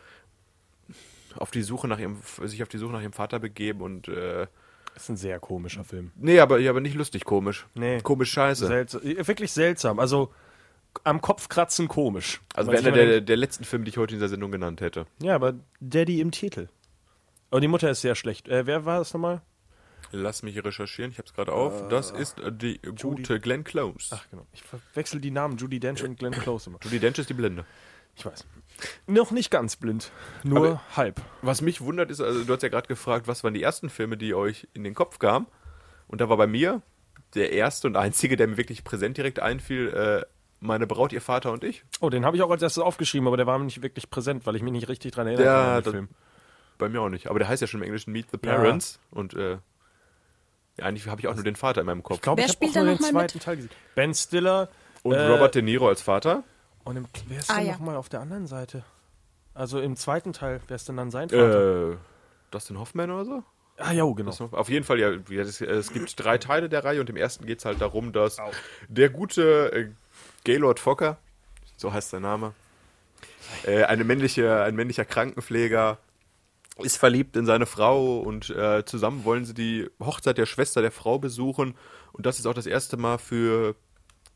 S6: auf die Suche nach ihrem, sich auf die Suche nach ihrem Vater begeben und äh,
S5: Das ist ein sehr komischer Film.
S6: nee, aber, ja, aber nicht lustig komisch.
S5: Nee.
S6: Komisch scheiße.
S5: Seltsam. Wirklich seltsam. Also am Kopf kratzen komisch.
S6: Also
S5: Weil
S6: wäre einer
S5: ich mir
S6: der, der letzten Film, die ich heute in dieser Sendung genannt hätte.
S5: Ja, aber Daddy im Titel. Aber die Mutter ist sehr schlecht. Äh, wer war das nochmal?
S6: Lass mich recherchieren, ich hab's gerade auf. das ist äh, die gute Glenn Close.
S5: Ach genau. Ich verwechsel die Namen Judy Dench und Glenn Close immer.
S6: Judy Dench ist die Blinde.
S5: Ich weiß. Noch nicht ganz blind, nur halb.
S6: Was mich wundert ist, also du hast ja gerade gefragt, was waren die ersten Filme, die euch in den Kopf kamen. Und da war bei mir der erste und einzige, der mir wirklich präsent direkt einfiel, äh, meine Braut, ihr Vater und ich.
S5: Oh, den habe ich auch als erstes aufgeschrieben, aber der war mir nicht wirklich präsent, weil ich mich nicht richtig dran erinnere.
S6: Ja,
S5: an den
S6: das-
S5: Film.
S6: Bei mir auch nicht. Aber der heißt ja schon im Englischen Meet the Parents. Und äh, ja, eigentlich habe ich auch nur den Vater in meinem Kopf.
S5: Ich glaube,
S4: Wer
S5: ich habe auch
S4: spielt da
S5: nur den
S4: noch mal mit?
S5: zweiten Teil gesehen. Ben Stiller
S6: und
S5: äh, oh,
S6: Robert De Niro als Vater.
S5: und im, wer ist
S4: Ah,
S5: denn
S4: ja.
S5: nochmal auf der anderen Seite? Also im zweiten Teil, wer ist denn dann sein Vater?
S6: Äh, Dustin Hoffman oder so?
S5: ah, ja, genau.
S6: So, Auf jeden Fall, ja, wie gesagt, es, äh, es gibt drei Teile der Reihe und im ersten geht es halt darum, dass der gute äh, Gaylord Fokker, so heißt sein Name, äh, eine männliche, ein männlicher Krankenpfleger ist verliebt in seine Frau und äh, zusammen wollen sie die Hochzeit der Schwester der Frau besuchen und das ist auch das erste Mal für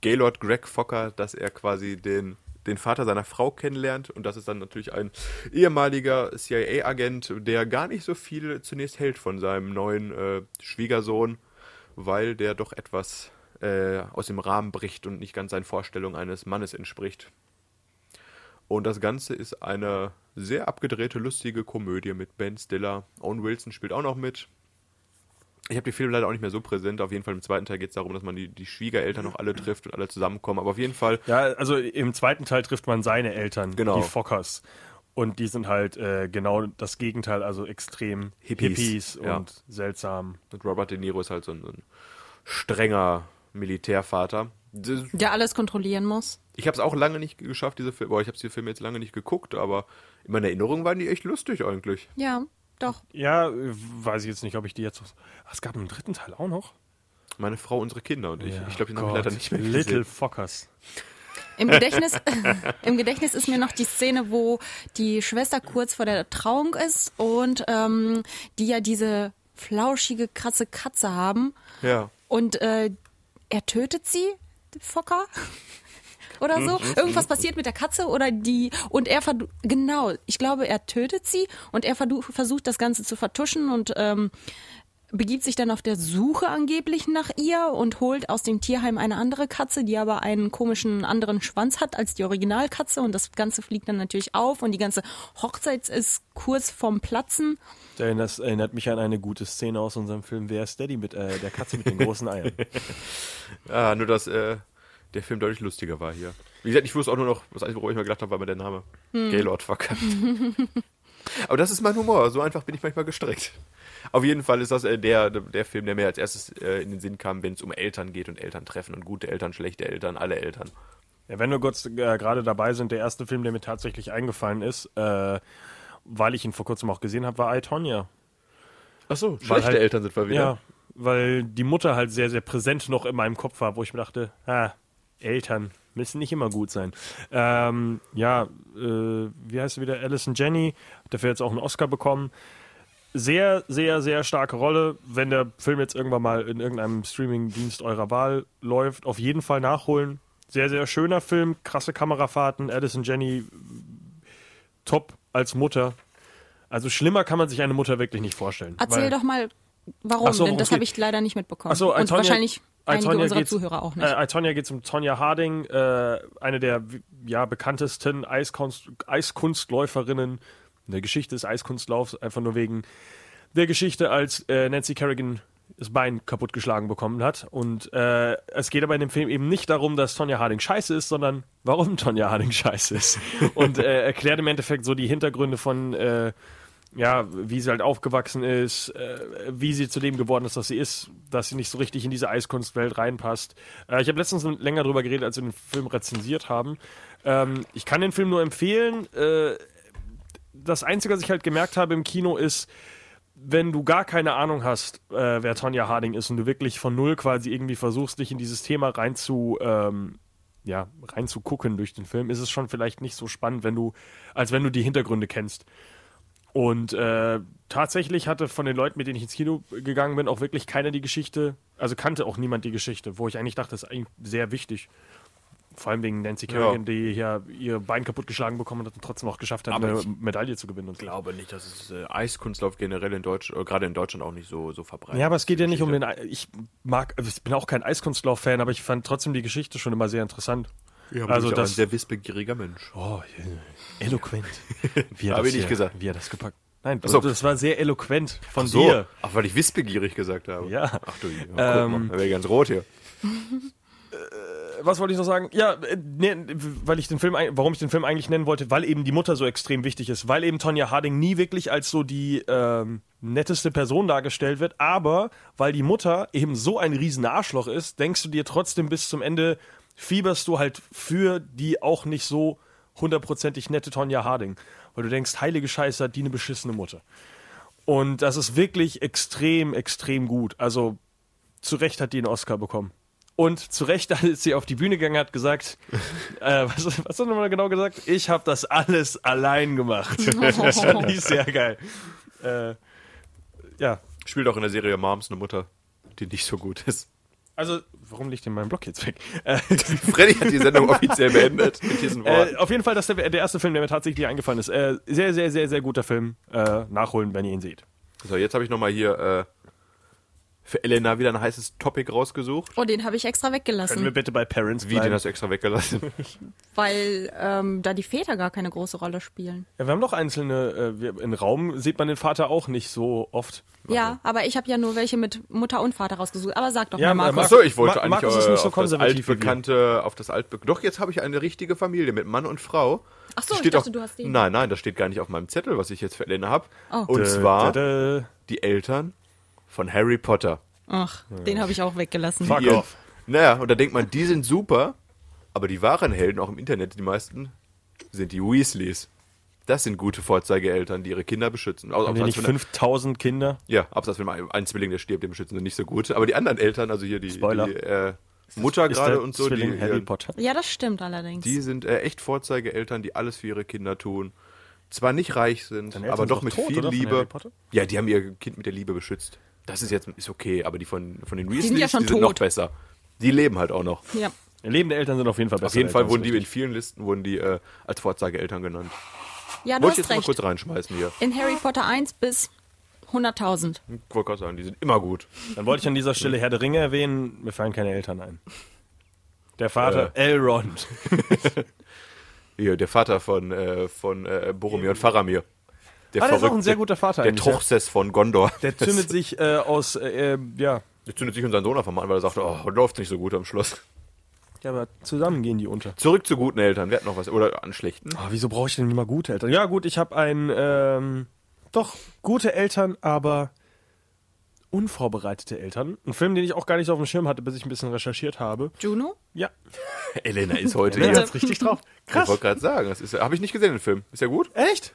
S6: Gaylord Greg Fokker, dass er quasi den, den Vater seiner Frau kennenlernt. Und das ist dann natürlich ein ehemaliger CIA-Agent, der gar nicht so viel zunächst hält von seinem neuen äh, Schwiegersohn, weil der doch etwas äh, aus dem Rahmen bricht und nicht ganz seinen Vorstellungen eines Mannes entspricht. Und das Ganze ist eine sehr abgedrehte, lustige Komödie mit Ben Stiller. Owen Wilson spielt auch noch mit. Ich habe die Filme leider auch nicht mehr so präsent. Auf jeden Fall im zweiten Teil geht es darum, dass man die, die Schwiegereltern noch alle trifft und alle zusammenkommen. Aber auf jeden Fall,
S5: Ja, also im zweiten Teil trifft man seine Eltern,
S6: Genau.
S5: die Fockers. Und die sind halt äh, genau das Gegenteil, also extrem
S6: Hippies.
S5: Hippies,
S6: Ja.
S5: und seltsam.
S6: mit Robert De Niro ist halt so ein, so ein strenger Militärvater. Das-
S4: Der alles kontrollieren muss.
S6: Ich habe es auch lange nicht geschafft, diese Filme. Boah, ich habe die Filme jetzt lange nicht geguckt, aber in meiner Erinnerung waren die echt lustig eigentlich.
S4: Ja, doch.
S5: Ja, äh, weiß ich jetzt nicht, ob ich die jetzt. Ah, es gab einen dritten Teil auch noch.
S6: Meine Frau, unsere Kinder und ich. ich glaube, die haben wir
S5: Gott,
S6: leider nicht mehr
S5: Little
S6: gesehen.
S5: Fockers.
S4: Im Gedächtnis, [LAUGHS] Im Gedächtnis ist mir noch die Szene, wo die Schwester kurz vor der Trauung ist und ähm, die ja diese flauschige, krasse Katze haben.
S6: Ja.
S4: Und äh, er tötet sie, Fokker? [LAUGHS] Oder so. Irgendwas passiert mit der Katze oder die. Und er verdu- genau, ich glaube, er tötet sie und er verdu- versucht das Ganze zu vertuschen und ähm, begibt sich dann auf der Suche angeblich nach ihr und holt aus dem Tierheim eine andere Katze, die aber einen komischen anderen Schwanz hat als die Originalkatze und das Ganze fliegt dann natürlich auf und die ganze Hochzeit ist kurz vorm Platzen.
S5: Das erinnert mich an eine gute Szene aus unserem Film Wer ist Daddy mit äh, der Katze mit den großen Eiern.
S6: Ah, nur dass äh, der Film deutlich lustiger war hier. Wie gesagt, ich wusste auch nur noch, das Einzige, worüber ich mir gedacht habe, war mir der Name. Gaylord verkackt. Aber das ist mein Humor, so einfach bin ich manchmal gestrickt. Auf jeden Fall ist das äh, der, der Film, der mir als erstes äh, in den Sinn kam, wenn es um Eltern geht und Eltern treffen und gute Eltern, schlechte Eltern, alle Eltern.
S5: [LAUGHS] Ja, wenn wir kurz äh, gerade dabei sind, der erste Film, der mir tatsächlich eingefallen ist, äh, weil ich ihn vor kurzem auch gesehen habe, war I, Tonya.
S6: Achso, schlechte
S5: Weil halt-
S6: Eltern sind wir wieder.
S5: Ja, weil die Mutter halt sehr, sehr präsent noch in meinem Kopf war, wo ich mir dachte, ah, Eltern müssen nicht immer gut sein. Ähm, ja, äh, wie heißt sie wieder? Alison Jenny, hat dafür jetzt auch einen Oscar bekommen. Sehr, sehr, sehr starke Rolle. Wenn der Film jetzt irgendwann mal in irgendeinem Streaming-Dienst eurer Wahl läuft, auf jeden Fall nachholen. Sehr, sehr schöner Film, krasse Kamerafahrten. Alison Jenny top als Mutter. Also schlimmer kann man sich eine Mutter wirklich nicht vorstellen.
S4: Erzähl
S5: weil-
S4: doch mal, warum,
S5: Ach so,
S4: denn
S5: worum
S4: das
S5: geht-
S4: habe ich leider nicht mitbekommen.
S5: Achso,
S4: Und wahrscheinlich einige unserer
S5: geht's-
S4: Zuhörer auch nicht.
S5: Äh, Antonia geht es um Tonja Harding, äh, eine der w- ja, bekanntesten Eiskunst, Eiskunstläuferinnen in der Geschichte des Eiskunstlaufs, einfach nur wegen der Geschichte, als äh, Nancy Kerrigan das Bein kaputtgeschlagen bekommen hat. Und äh, es geht aber in dem Film eben nicht darum, dass Tonja Harding scheiße ist, sondern warum Tonja Harding [LAUGHS] scheiße ist. Und äh, erklärt im Endeffekt so die Hintergründe von, äh, ja, wie sie halt aufgewachsen ist, äh, wie sie zu dem geworden ist, was sie ist, dass sie nicht so richtig in diese Eiskunstwelt reinpasst. Äh, ich habe letztens länger drüber geredet, als wir den Film rezensiert haben. Ähm, ich kann den Film nur empfehlen. Äh, das Einzige, was ich halt gemerkt habe im Kino ist, wenn du gar keine Ahnung hast, äh, wer Tonja Harding ist und du wirklich von null quasi irgendwie versuchst, dich in dieses Thema rein zu, ähm, ja, reinzugucken durch den Film, ist es schon vielleicht nicht so spannend, wenn du, als wenn du die Hintergründe kennst. Und äh, tatsächlich hatte von den Leuten, mit denen ich ins Kino gegangen bin, auch wirklich keiner die Geschichte, also kannte auch niemand die Geschichte, wo ich eigentlich dachte, das ist eigentlich sehr wichtig. Vor allem wegen Nancy Kerrigan, die ja ihr Bein kaputtgeschlagen bekommen hat und trotzdem auch geschafft hat,
S6: Aber
S5: eine
S6: ich
S5: Medaille zu gewinnen. Und so.
S6: Ich glaube nicht, dass es äh, Eiskunstlauf generell in Deutschland, gerade in Deutschland auch nicht so, so verbreitet
S5: Ja, aber es geht ja nicht um den. Ei- Ich mag, also ich bin auch kein Eiskunstlauf-Fan, aber ich fand trotzdem die Geschichte schon immer sehr interessant.
S6: Ja,
S5: also
S6: also
S5: das-
S6: ein sehr wissbegieriger Mensch.
S5: Oh,
S6: [LAUGHS]
S5: eloquent. Wie
S6: Hab ich nicht gesagt.
S5: Wie er das gepackt. Nein,
S6: so.
S5: das war sehr eloquent von
S6: So,
S5: dir.
S6: ach, weil ich wissbegierig gesagt habe.
S5: Ja. Ähm.
S6: Ach du, ja, guck mal, da wäre ich ganz rot hier.
S5: was wollte ich noch sagen? Ja, äh, nee, weil ich den Film, ein- warum ich den Film eigentlich nennen wollte, weil eben die Mutter so extrem wichtig ist, weil eben Tonja Harding nie wirklich als so die ähm, netteste Person dargestellt wird, aber weil die Mutter eben so ein riesen Arschloch ist, denkst du dir trotzdem bis zum Ende fieberst du halt für die auch nicht so hundertprozentig nette Tonja Harding, weil du denkst, heilige Scheiße, hat die eine beschissene Mutter. Und das ist wirklich extrem, extrem gut. Also zu Recht hat die einen Oscar bekommen. Und zu Recht, [LAUGHS] als sie auf die Bühne gegangen hat, [LAUGHS] gesagt, äh, was, was hat er nochmal genau gesagt? Ich habe das alles allein gemacht. [LAUGHS] Das fand ich sehr geil. Äh, ja,
S6: Spielt auch in der Serie Moms eine Mutter, die nicht so gut ist.
S5: also, warum liegt denn mein Blog jetzt [LAUGHS] weg? Äh,
S6: Freddy hat die Sendung
S5: [LAUGHS]
S6: offiziell beendet mit diesen Worten.
S5: äh, auf jeden Fall, das ist der, der erste Film, der mir tatsächlich eingefallen ist. Äh, sehr, sehr, sehr, sehr guter Film. Äh, nachholen, wenn ihr ihn seht.
S6: so, jetzt habe ich nochmal hier äh, für Elena wieder ein heißes Topic rausgesucht.
S4: [LAUGHS] oh, den habe ich extra
S5: Können wir
S4: weggelassen,
S5: bitte bei Parents
S6: Wie, den hast du extra
S5: [LAUGHS]
S6: weggelassen?
S4: weil ähm, da die Väter gar keine große Rolle spielen.
S5: Ja, wir haben doch einzelne, äh, wir, in Raum sieht man den Vater auch nicht so oft.
S4: Ja, aber ich habe ja nur welche mit Mutter und Vater rausgesucht. Aber sag doch
S5: Ja,
S4: mal,
S5: Mar-
S4: Markus.
S6: Achso, ich wollte
S5: Mar-
S6: eigentlich
S5: Markus ist
S6: äh,
S5: nicht so
S6: auf das
S5: konservativ wie wir.
S6: altbekannte, auf das altbe Doch, jetzt habe ich eine richtige Familie mit Mann und Frau.
S4: Ach so,
S6: Das
S4: ich
S6: steht
S4: dachte, du hast den.
S6: Nein, nein, das steht gar nicht auf meinem Zettel, was ich jetzt für Elena habe.
S4: Oh.
S6: Und zwar
S5: Dä, dä, dä.
S6: die Eltern von Harry Potter.
S4: Ach, den habe ich auch weggelassen.
S5: Fuck
S6: Ihr-
S5: off.
S6: Naja, und da denkt man, die sind super, aber die wahren Helden, auch im Internet die meisten, sind die Weasleys. Das sind gute Vorzeigeeltern, die ihre Kinder beschützen. Au-
S5: Haben wir
S6: Abseits
S5: nicht
S6: von der-
S5: 5000 Kinder?
S6: Ja, abseits von einem ein Zwilling, der stirbt, den beschützen sie nicht so gut. Aber die anderen Eltern, also hier die, die
S5: Spoiler.
S6: äh, Mutter
S5: Ist
S6: gerade
S5: der
S6: und so,
S5: Zwilling
S6: die,
S5: Harry
S6: die,
S5: Potter.
S4: Ja, das stimmt allerdings.
S6: die sind äh, echt Vorzeigeeltern, die alles für ihre Kinder tun. Zwar nicht reich sind,
S5: Deine Eltern
S6: aber
S5: sind
S6: doch
S5: doch
S6: mit
S5: tot,
S6: viel
S5: oder, von Harry
S6: Liebe.
S5: Potter?
S6: Ja, die haben ihr Kind mit der Liebe beschützt. Das ist jetzt ist okay, aber die von, von den Weasleys,
S4: sind ja schon
S6: die sind noch
S4: tot.
S6: besser. Die leben halt auch noch.
S4: ja.
S5: Lebende Eltern sind auf jeden Fall besser.
S6: Auf jeden Fall
S5: Eltern,
S6: wurden
S5: ist
S6: die in
S5: richtig.
S6: vielen Listen wurden die äh, als Vorzeigeeltern genannt.
S4: ja, Ah, du
S6: Wollte ich
S4: hast
S6: jetzt mal
S4: recht.
S6: kurz reinschmeißen hier.
S4: In Harry Potter 1 bis 100.000.
S5: Hm.
S6: Ich wollte gerade sagen, die sind immer gut.
S5: Dann wollte ich an [LAUGHS] dieser Stelle Herr der Ringe erwähnen. Mir fallen keine Eltern ein. Der Vater Elrond.
S6: Hier, der Vater von, äh, von äh, Boromir und Faramir. Der
S5: Ah, der ist auch
S6: Verrückte,
S5: ein sehr guter Vater
S6: Der
S5: eigentlich, ja.
S6: Truchsess von Gondor.
S5: Der zündet [LAUGHS] sich äh, aus, äh, äh, ja.
S6: Der zündet sich und seinen Sohn einfach mal an, weil er sagt, oh, läuft nicht so gut am Schluss.
S5: Ja, aber zusammen gehen die unter.
S6: Zurück zu guten Eltern. Wir hatten noch was. Oder an schlechten.
S5: Ah, wieso brauche ich denn immer gute Eltern? Ja, gut, ich habe ein, ähm, doch, gute Eltern, aber unvorbereitete Eltern. Ein Film, den ich auch gar nicht so auf dem Schirm hatte, bis ich ein bisschen recherchiert habe.
S4: Juno?
S5: Ja,
S6: Elena ist heute
S5: der
S6: hier.
S5: hat's richtig [LAUGHS] drauf.
S6: Ich wollte gerade sagen, das ist, habe ich nicht gesehen, den Film. Ist ja gut?
S5: Echt?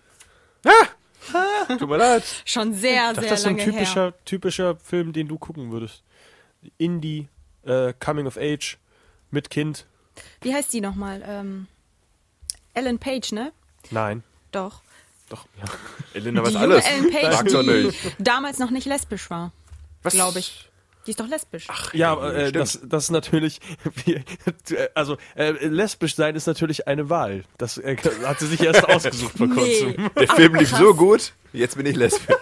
S6: Tut mir leid.
S4: Schon sehr,
S5: Das,
S4: sehr
S5: das ist so ein
S4: lange her.
S5: typischer, typischer Film, den du gucken würdest. Indie, äh, Coming of Age, mit Kind.
S4: Wie heißt die nochmal? Ähm, Ellen Page, ne?
S5: Nein.
S4: Doch.
S5: Doch, ja.
S6: Elena, was
S4: die junge
S6: alles?
S4: Ellen Page,
S6: Sag doch
S4: die
S6: nicht.
S4: damals noch nicht lesbisch war.
S6: Was?
S4: Glaube ich. Die ist doch lesbisch.
S5: Ja, aber, äh,
S6: stimmt.
S5: das, das ist natürlich, [LAUGHS] wie- also äh, lesbisch sein ist natürlich eine Wahl. Das äh, [LAUGHS] hat sie sich erst ausgesucht vor kurzem.
S6: Der Film lief so gut, jetzt bin ich lesbisch.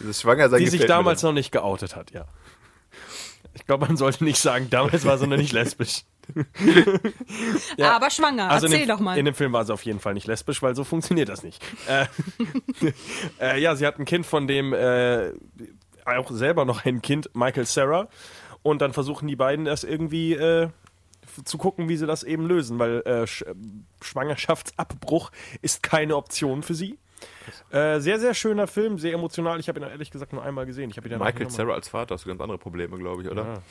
S6: Dieses Schwangersein
S5: Die sich
S6: gefällt mir
S5: damals
S6: dann.
S5: noch nicht geoutet hat, ja. Ich glaube, man sollte nicht sagen, damals war sie noch nicht
S4: [LAUGHS]
S5: lesbisch. Ja.
S4: Aber schwanger.
S5: Also
S4: Ah, Erzähl
S5: in dem,
S4: doch mal.
S5: In dem Film war sie auf jeden Fall nicht lesbisch, weil so funktioniert das nicht. [LAUGHS] Äh, äh, ja, sie hat ein Kind, von dem äh, auch selber noch ein Kind, Michael Sarah. Und dann versuchen die beiden das irgendwie äh, f- zu gucken, wie sie das eben lösen, weil äh, Sch äh, Schwangerschaftsabbruch ist keine Option für sie. Äh, sehr, sehr schöner Film, sehr emotional. Ich habe ihn ehrlich gesagt nur einmal gesehen. Ich habe ihn danach
S6: Michael
S5: nicht nochmal-
S6: Sarah als Vater hast du ganz andere Probleme, glaube ich, oder?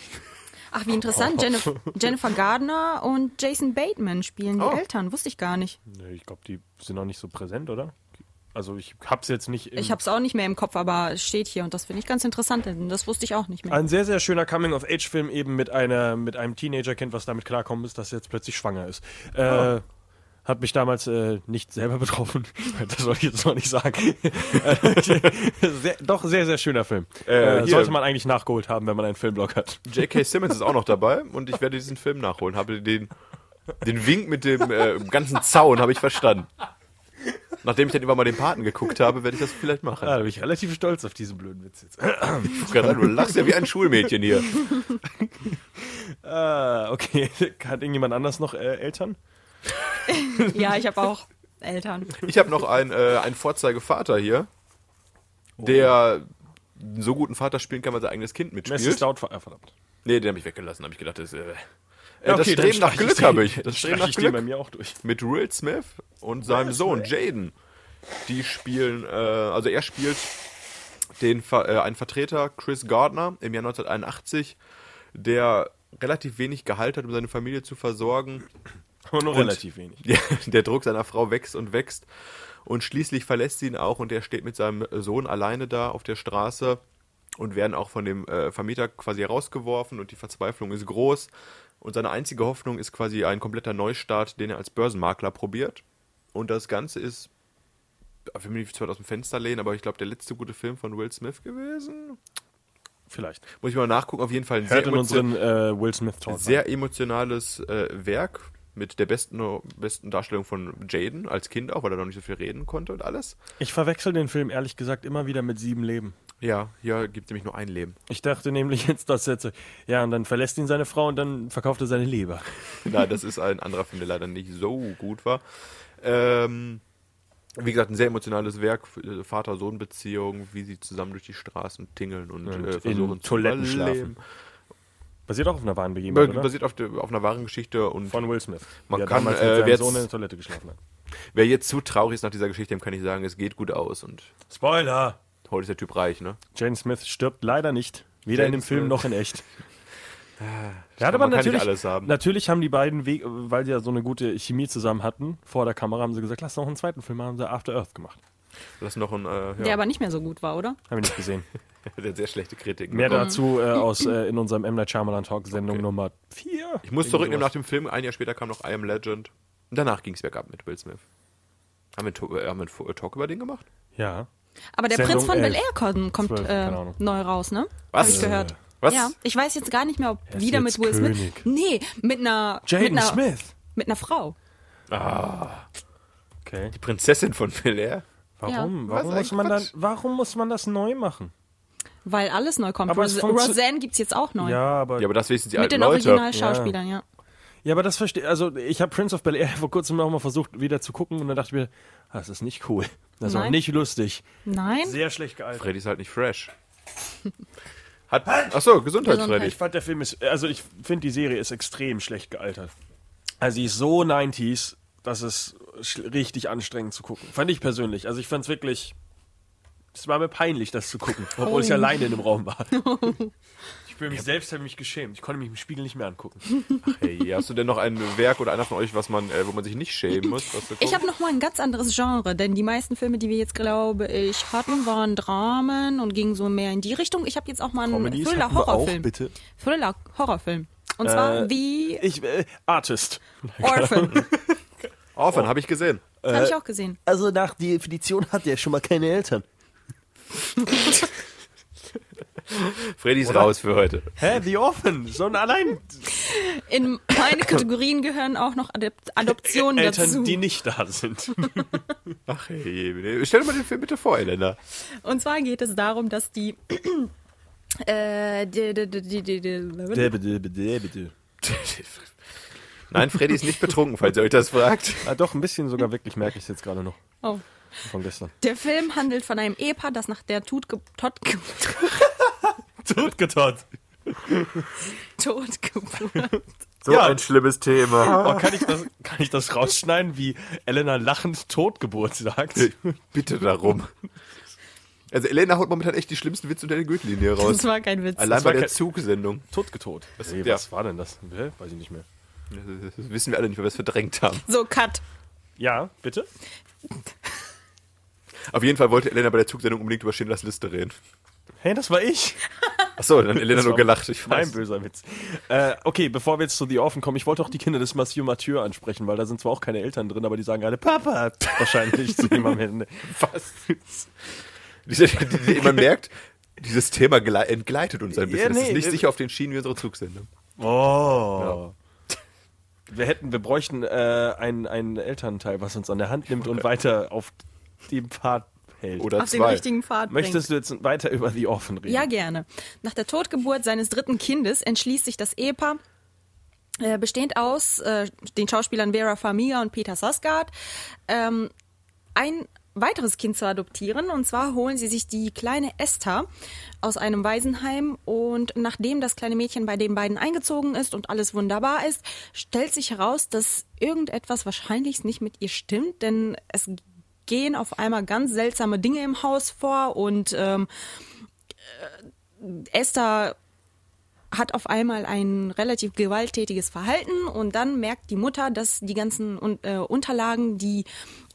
S4: Ach, wie
S5: Oh.
S4: interessant. Jennifer, Jennifer Gardner und Jason Bateman spielen
S5: Oh.
S4: die Eltern. Wusste ich gar nicht.
S5: Nee, Ich glaube, die sind noch nicht so präsent, oder? Also ich hab's jetzt nicht im
S4: Ich habe es auch nicht mehr im Kopf, aber es steht hier und das finde ich ganz interessant, denn das wusste ich auch nicht mehr.
S5: Ein sehr, sehr schöner Coming-of-Age-Film eben mit, einer, mit einem Teenager-Kind, was damit klarkommen muss, dass er jetzt plötzlich schwanger ist. Äh, Hat mich damals äh, nicht selber betroffen. [LAUGHS] Das soll ich jetzt noch nicht sagen. sehr, doch, sehr, sehr schöner Film.
S6: Äh,
S5: Äh,
S6: hier.
S5: sollte man eigentlich nachgeholt haben, wenn man einen Filmblog hat. [LAUGHS]
S6: J.K. Simmons ist auch noch dabei und ich werde diesen Film nachholen. Habe den, den Wink mit dem äh, ganzen Zaun habe ich verstanden. Nachdem ich dann immer mal den Paten geguckt habe, werde ich das vielleicht machen.
S5: Ah, da bin ich relativ stolz auf diesen blöden Witz jetzt.
S6: Ich wollte gerade sagen, Du lachst ja wie ein Schulmädchen hier.
S5: [LAUGHS] Ah, okay. Hat irgendjemand anders noch äh, Eltern?
S4: Ja, ich habe auch Eltern.
S6: Ich habe noch einen, äh, einen Vorzeigevater hier,
S5: Oh.
S6: der einen so guten Vater spielen kann, weil sein eigenes Kind
S5: Mrs.
S6: mitspielt.
S5: Doubtfire, ah, verdammt.
S6: Nee, den habe ich weggelassen, habe ich gedacht, das, äh, äh,
S5: Ja,
S6: das
S5: okay, dann
S6: Streben
S5: streich
S6: nach
S5: ich
S6: Glück
S5: die-
S6: habe ich.
S5: dann
S6: Das Streben
S5: streich
S6: nach
S5: ich die bei
S6: Glück
S5: mir auch durch.
S6: mit Will Smith und seinem Sohn Jaden. Die spielen, äh, also er spielt den Ver äh, einen Vertreter Chris Gardner im Jahr 1981, der relativ wenig Gehalt hat, um seine Familie zu versorgen.
S5: Aber nur relativ wenig.
S6: Ja, [LAUGHS] der Druck seiner Frau wächst und wächst. Und schließlich verlässt sie ihn auch und er steht mit seinem Sohn alleine da auf der Straße und werden auch von dem äh, Vermieter quasi herausgeworfen und die Verzweiflung ist groß. Und seine einzige Hoffnung ist quasi ein kompletter Neustart, den er als Börsenmakler probiert. Und das Ganze ist, ich will mich nicht zwar aus dem Fenster lehnen, aber ich glaube, der letzte gute Film von Will Smith gewesen.
S5: Vielleicht.
S6: Muss ich mal nachgucken, auf jeden Fall ein
S5: Hört in
S6: emotio-
S5: unseren äh, Will Smith-Talk.
S6: sehr emotionales äh, Werk mit der besten, besten Darstellung von Jaden als Kind auch, weil er noch nicht so viel reden konnte und alles.
S5: Ich verwechsel den Film ehrlich gesagt immer wieder mit Sieben Leben.
S6: Ja, hier gibt es nämlich nur
S5: [LAUGHS]
S6: ein Leben.
S5: Ich dachte nämlich jetzt das jetzt. Ja, und dann verlässt ihn seine Frau und dann verkauft er seine Leber.
S6: Nein, das ist ein anderer Film, der leider nicht so gut war. Ähm, wie gesagt, ein sehr emotionales Werk, äh, Vater-Sohn-Beziehung, wie sie zusammen durch die Straßen tingeln und,
S5: Und
S6: äh,
S5: in
S6: versuchen zu
S5: Toiletten
S6: überleben.
S5: Basiert auch auf einer wahren Begebenheit, oder?
S6: Basiert auf, der, auf einer wahren Geschichte und
S5: Von Will Smith.
S6: Man
S5: der
S6: kann,
S5: damals
S6: äh,
S5: mit seinem
S6: jetzt-
S5: Sohn in der Toilette geschlafen hat.
S6: wer jetzt zu traurig ist nach dieser Geschichte, dem kann ich sagen, es geht gut aus und
S5: Spoiler!
S6: heute ist der Typ reich, ne?
S5: Jane Smith stirbt leider nicht. Weder
S6: Jane
S5: in dem Film
S6: Smith.
S5: noch in
S6: [LAUGHS]
S5: echt. Ja,
S6: man kann nicht alles haben.
S5: natürlich haben die beiden, Weg, weil sie ja so eine gute Chemie zusammen hatten, vor der Kamera haben sie gesagt, lass noch einen zweiten Film machen, haben sie After Earth gemacht.
S6: Das ist noch ein, äh, ja,
S4: Der aber nicht mehr so gut war, oder?
S5: Haben wir nicht
S6: [LAUGHS]
S5: gesehen.
S6: der hat sehr schlechte Kritiken.
S5: Mehr
S6: bekommen.
S5: dazu äh, aus äh, in unserem M. Night Shyamalan Talk Sendung Nummer 4.
S6: Ich muss zurücknehmen nach dem Film. Ein Jahr später kam noch I Am Legend. Und danach ging es bergab mit Will Smith. Haben wir, einen To- äh, haben wir einen Fo- äh, Talk über den gemacht?
S5: Ja.
S4: Aber der
S5: Sendung
S4: Prinz von
S5: elf.
S4: Bel Air kommt, kommt
S5: Zwölf, keine
S4: äh,
S5: Ahnung.
S4: neu raus, ne?
S6: Was? Äh,
S4: Hab ich gehört.
S6: Was?
S4: Ja, ich weiß jetzt gar nicht mehr, ob
S5: ist
S4: wieder
S5: jetzt
S4: mit Will
S5: König.
S4: Smith. Nee, mit einer mit
S5: Jaden
S4: einer,
S5: Smith.
S4: mit einer Frau.
S5: Okay.
S6: Die Prinzessin von Bel Air?
S5: Warum?
S6: Ja. Was,
S5: Warum, muss
S6: eigentlich
S5: man
S6: Quatsch?
S5: dann, warum muss man das neu machen?
S4: Weil alles neu kommt.
S5: Aber es
S4: Ros
S5: funktio-
S4: Roseanne gibt's jetzt auch neu.
S5: Ja, aber,
S6: Ja, aber das wissen die
S4: Mit
S6: alten
S4: den
S6: Leute.
S4: Originalschauspielern, ja.
S5: ja, aber das verstehe Also, ich habe Prince of Bel Air vor kurzem noch mal versucht, wieder zu gucken und dann dachte ich mir, ah, das ist nicht cool. Das ist auch
S4: Nein.
S5: nicht lustig.
S4: Nein?
S5: Sehr schlecht gealtert.
S4: [LAUGHS]
S6: Freddy ist halt nicht fresh. Hat, achso, Gesundheit,
S2: Gesundheit.
S6: Freddy.
S5: Ich fand der Film ist, also ich finde die Serie ist extrem schlecht gealtert. Also sie ist so 90s, dass es sch- richtig anstrengend zu gucken. Fand ich persönlich. Also ich fand es wirklich, es war mir peinlich, das zu gucken, obwohl
S1: Oh.
S5: ich alleine in dem Raum
S1: [LAUGHS]
S5: war. Ich bin mich selbst habe mich geschämt. Ich konnte mich im Spiegel nicht mehr angucken.
S6: Hey, hast du denn noch ein Werk oder einer von euch, was man, äh, wo man sich nicht schämen muss? Was du
S4: Ich
S6: guckst?
S4: habe noch mal ein ganz anderes Genre, denn die meisten Filme, die wir jetzt, glaube ich, hatten, waren Dramen und gingen so mehr in die Richtung. Ich habe jetzt auch mal einen
S1: Comedies hatten wir auch,
S4: Thriller-Horrorfilm.
S1: bitte.
S4: Thriller-Horrorfilm. Und zwar
S5: Äh,
S4: The
S5: Ich äh, Artist.
S4: Orphan.
S6: Orphan, habe ich gesehen.
S4: habe ich auch gesehen.
S1: Also nach Definition hat der schon mal keine Eltern.
S6: Freddy ist raus für heute.
S5: Hä, The Orphan? So ein allein
S4: In meine Kategorien gehören auch noch Adop- Adoptionen
S5: Eltern,
S4: dazu.
S5: die nicht da
S1: [LAUGHS]
S5: sind.
S6: Ach, hey, stell dir mal den Film bitte vor, Elena.
S4: Und zwar geht es darum, dass die äh, die, die, die, die, die, die
S5: [LAUGHS]
S6: Nein, Freddy ist nicht betrunken, falls ihr euch das fragt.
S5: ah, doch, ein bisschen sogar wirklich merke ich es jetzt gerade noch
S4: oh.
S5: von gestern.
S4: Der Film handelt von einem Ehepaar, das nach der Tod, ge Tod, ge [LAUGHS]
S5: Totgetot.
S4: Todgeburt
S6: So ein schlimmes Thema.
S5: Oh, kann, ich das, kann ich das rausschneiden, wie Elena lachend Totgeburt sagt?
S6: [LAUGHS] Bitte darum. Also Elena haut momentan echt die schlimmsten Witze unter der Gürtellinie
S4: Das
S6: raus.
S4: war kein Witz.
S6: Allein bei
S5: war
S6: der
S5: kein-
S6: Zugsendung.
S5: Totgetot. Was,
S6: ja.
S5: was war denn das? Hä? Weiß ich nicht mehr.
S6: Das wissen wir alle nicht, weil wir es verdrängt haben.
S4: So, Cut.
S5: Ja, bitte?
S6: Auf jeden Fall wollte Elena bei der Zugsendung unbedingt über Schindlers Liste reden.
S5: Hey, das war ich.
S6: Achso, dann hat Elena
S5: Das
S6: nur
S5: war
S6: gelacht, ich
S5: Mein
S6: weiß.
S5: böser Witz. Äh, okay, bevor wir jetzt zu The Orphan kommen, ich wollte auch die Kinder des Mathieu Mathieu ansprechen, weil da sind zwar auch keine Eltern drin, aber die sagen alle Papa wahrscheinlich [LAUGHS] zu ihm am Ende.
S6: Was? Diese, die, die, die, man merkt, dieses Thema glei- entgleitet uns ein bisschen.
S5: Ja,
S6: Es ist
S5: nee,
S6: nicht
S5: wir-
S6: sicher auf den Schienen wie unsere Zugsendung.
S5: Oh. Wir hätten, wir bräuchten äh, einen, einen Elternteil, was uns an der Hand nimmt und weiter auf dem Pfad hält.
S6: Oder
S4: Auf den
S6: zwei.
S4: richtigen Pfad
S5: Möchtest du jetzt weiter über The Orphan reden?
S4: bringt. Ja, gerne. Nach der Totgeburt seines dritten Kindes entschließt sich das Ehepaar, äh, bestehend aus äh, den Schauspielern Vera Farmiga und Peter Sarsgaard, ähm, ein weiteres Kind zu adoptieren. Und zwar holen sie sich die kleine Esther aus einem Waisenheim. Und nachdem das kleine Mädchen bei den beiden eingezogen ist und alles wunderbar ist, stellt sich heraus, dass irgendetwas wahrscheinlich nicht mit ihr stimmt, denn es gehen auf einmal ganz seltsame Dinge im Haus vor und ähm, äh, Esther hat auf einmal ein relativ gewalttätiges Verhalten und dann merkt die Mutter, dass die ganzen Un äh, Unterlagen, die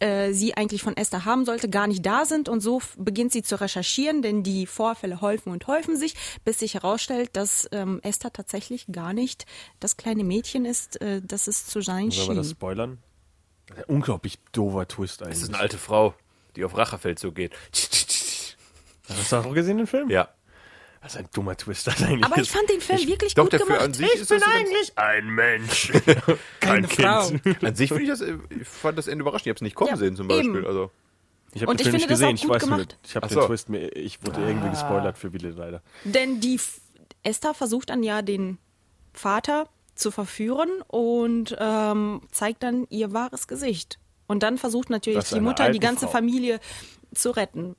S4: äh, sie eigentlich von Esther haben sollte, gar nicht da sind und so f- beginnt sie zu recherchieren, denn die Vorfälle häufen und häufen sich, bis sich herausstellt, dass ähm, Esther tatsächlich gar nicht das kleine Mädchen ist, äh, das es zu
S5: Sollen
S4: sein
S5: wir
S4: schien.
S5: das spoilern? Das ist ein unglaublich dover Twist eigentlich.
S6: Das ist eine alte Frau, die auf Rachefeldzug geht.
S5: Hast du auch gesehen den Film?
S6: Ja.
S5: Das ist ein dummer Twist. Das eigentlich
S4: Aber ich fand den Film wirklich
S6: Doch,
S4: gut
S6: dafür
S4: gemacht.
S6: an sich ist das so ganz-
S5: ein [LAUGHS] Mensch.
S4: Eine Frau.
S6: An sich finde ich das, äh, ich fand das Ende überraschend. Ich habe es nicht kommen
S4: Ja,
S6: sehen zum Beispiel.
S4: eben.
S6: Also,
S5: Ich habe
S4: Und
S5: den
S4: ich
S5: Film
S4: finde
S5: nicht
S4: das
S5: gesehen.
S4: auch
S5: Ich
S4: gut
S5: weiß nur,
S4: gemacht.
S5: ich habe
S6: Ach
S5: den
S6: so.
S5: Twist mir. Ich wurde irgendwie gespoilert für Willi leider.
S4: Denn die F Esther versucht dann ja den Vater zu verführen und ähm, zeigt dann ihr wahres Gesicht. Und dann versucht natürlich
S5: Das ist
S4: die
S5: eine
S4: Mutter, die
S5: alte
S4: ganze
S5: Frau.
S4: Familie zu retten.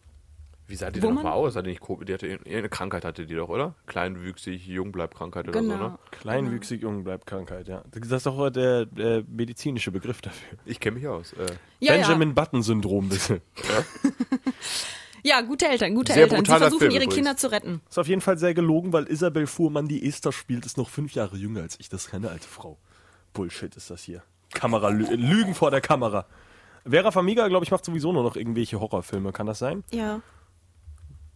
S6: wie sah die
S4: Wo
S6: denn
S4: man-
S6: nochmal aus? Hatte die, nicht, Ko- die hatte irgendeine Krankheit, hatte die doch, oder? Kleinwüchsig, Jungbleibkrankheit oder so,
S4: Genau.
S6: ne?
S5: Kleinwüchsig, jung bleibt Krankheit, ja. Das ist auch der, der medizinische Begriff dafür.
S6: Ich kenne mich aus. Äh,
S4: Ja,
S5: Benjamin Button-Syndrom, bitte.
S4: ja. ja, gute Eltern, gute
S6: Sehr
S4: Eltern. Sie
S6: brutaler
S4: versuchen,
S6: Film
S4: ihre
S6: übrigens.
S4: Kinder zu retten.
S5: Ist auf jeden Fall sehr gelogen, weil Isabel Fuhrmann, die Esther spielt, ist noch fünf Jahre jünger als ich. Das ist keine alte Frau. Bullshit ist das hier. Kamera, Lü- äh, Lügen vor der Kamera. Vera Famiga, glaube ich, macht sowieso nur noch irgendwelche Horrorfilme. Kann das sein?
S4: Ja.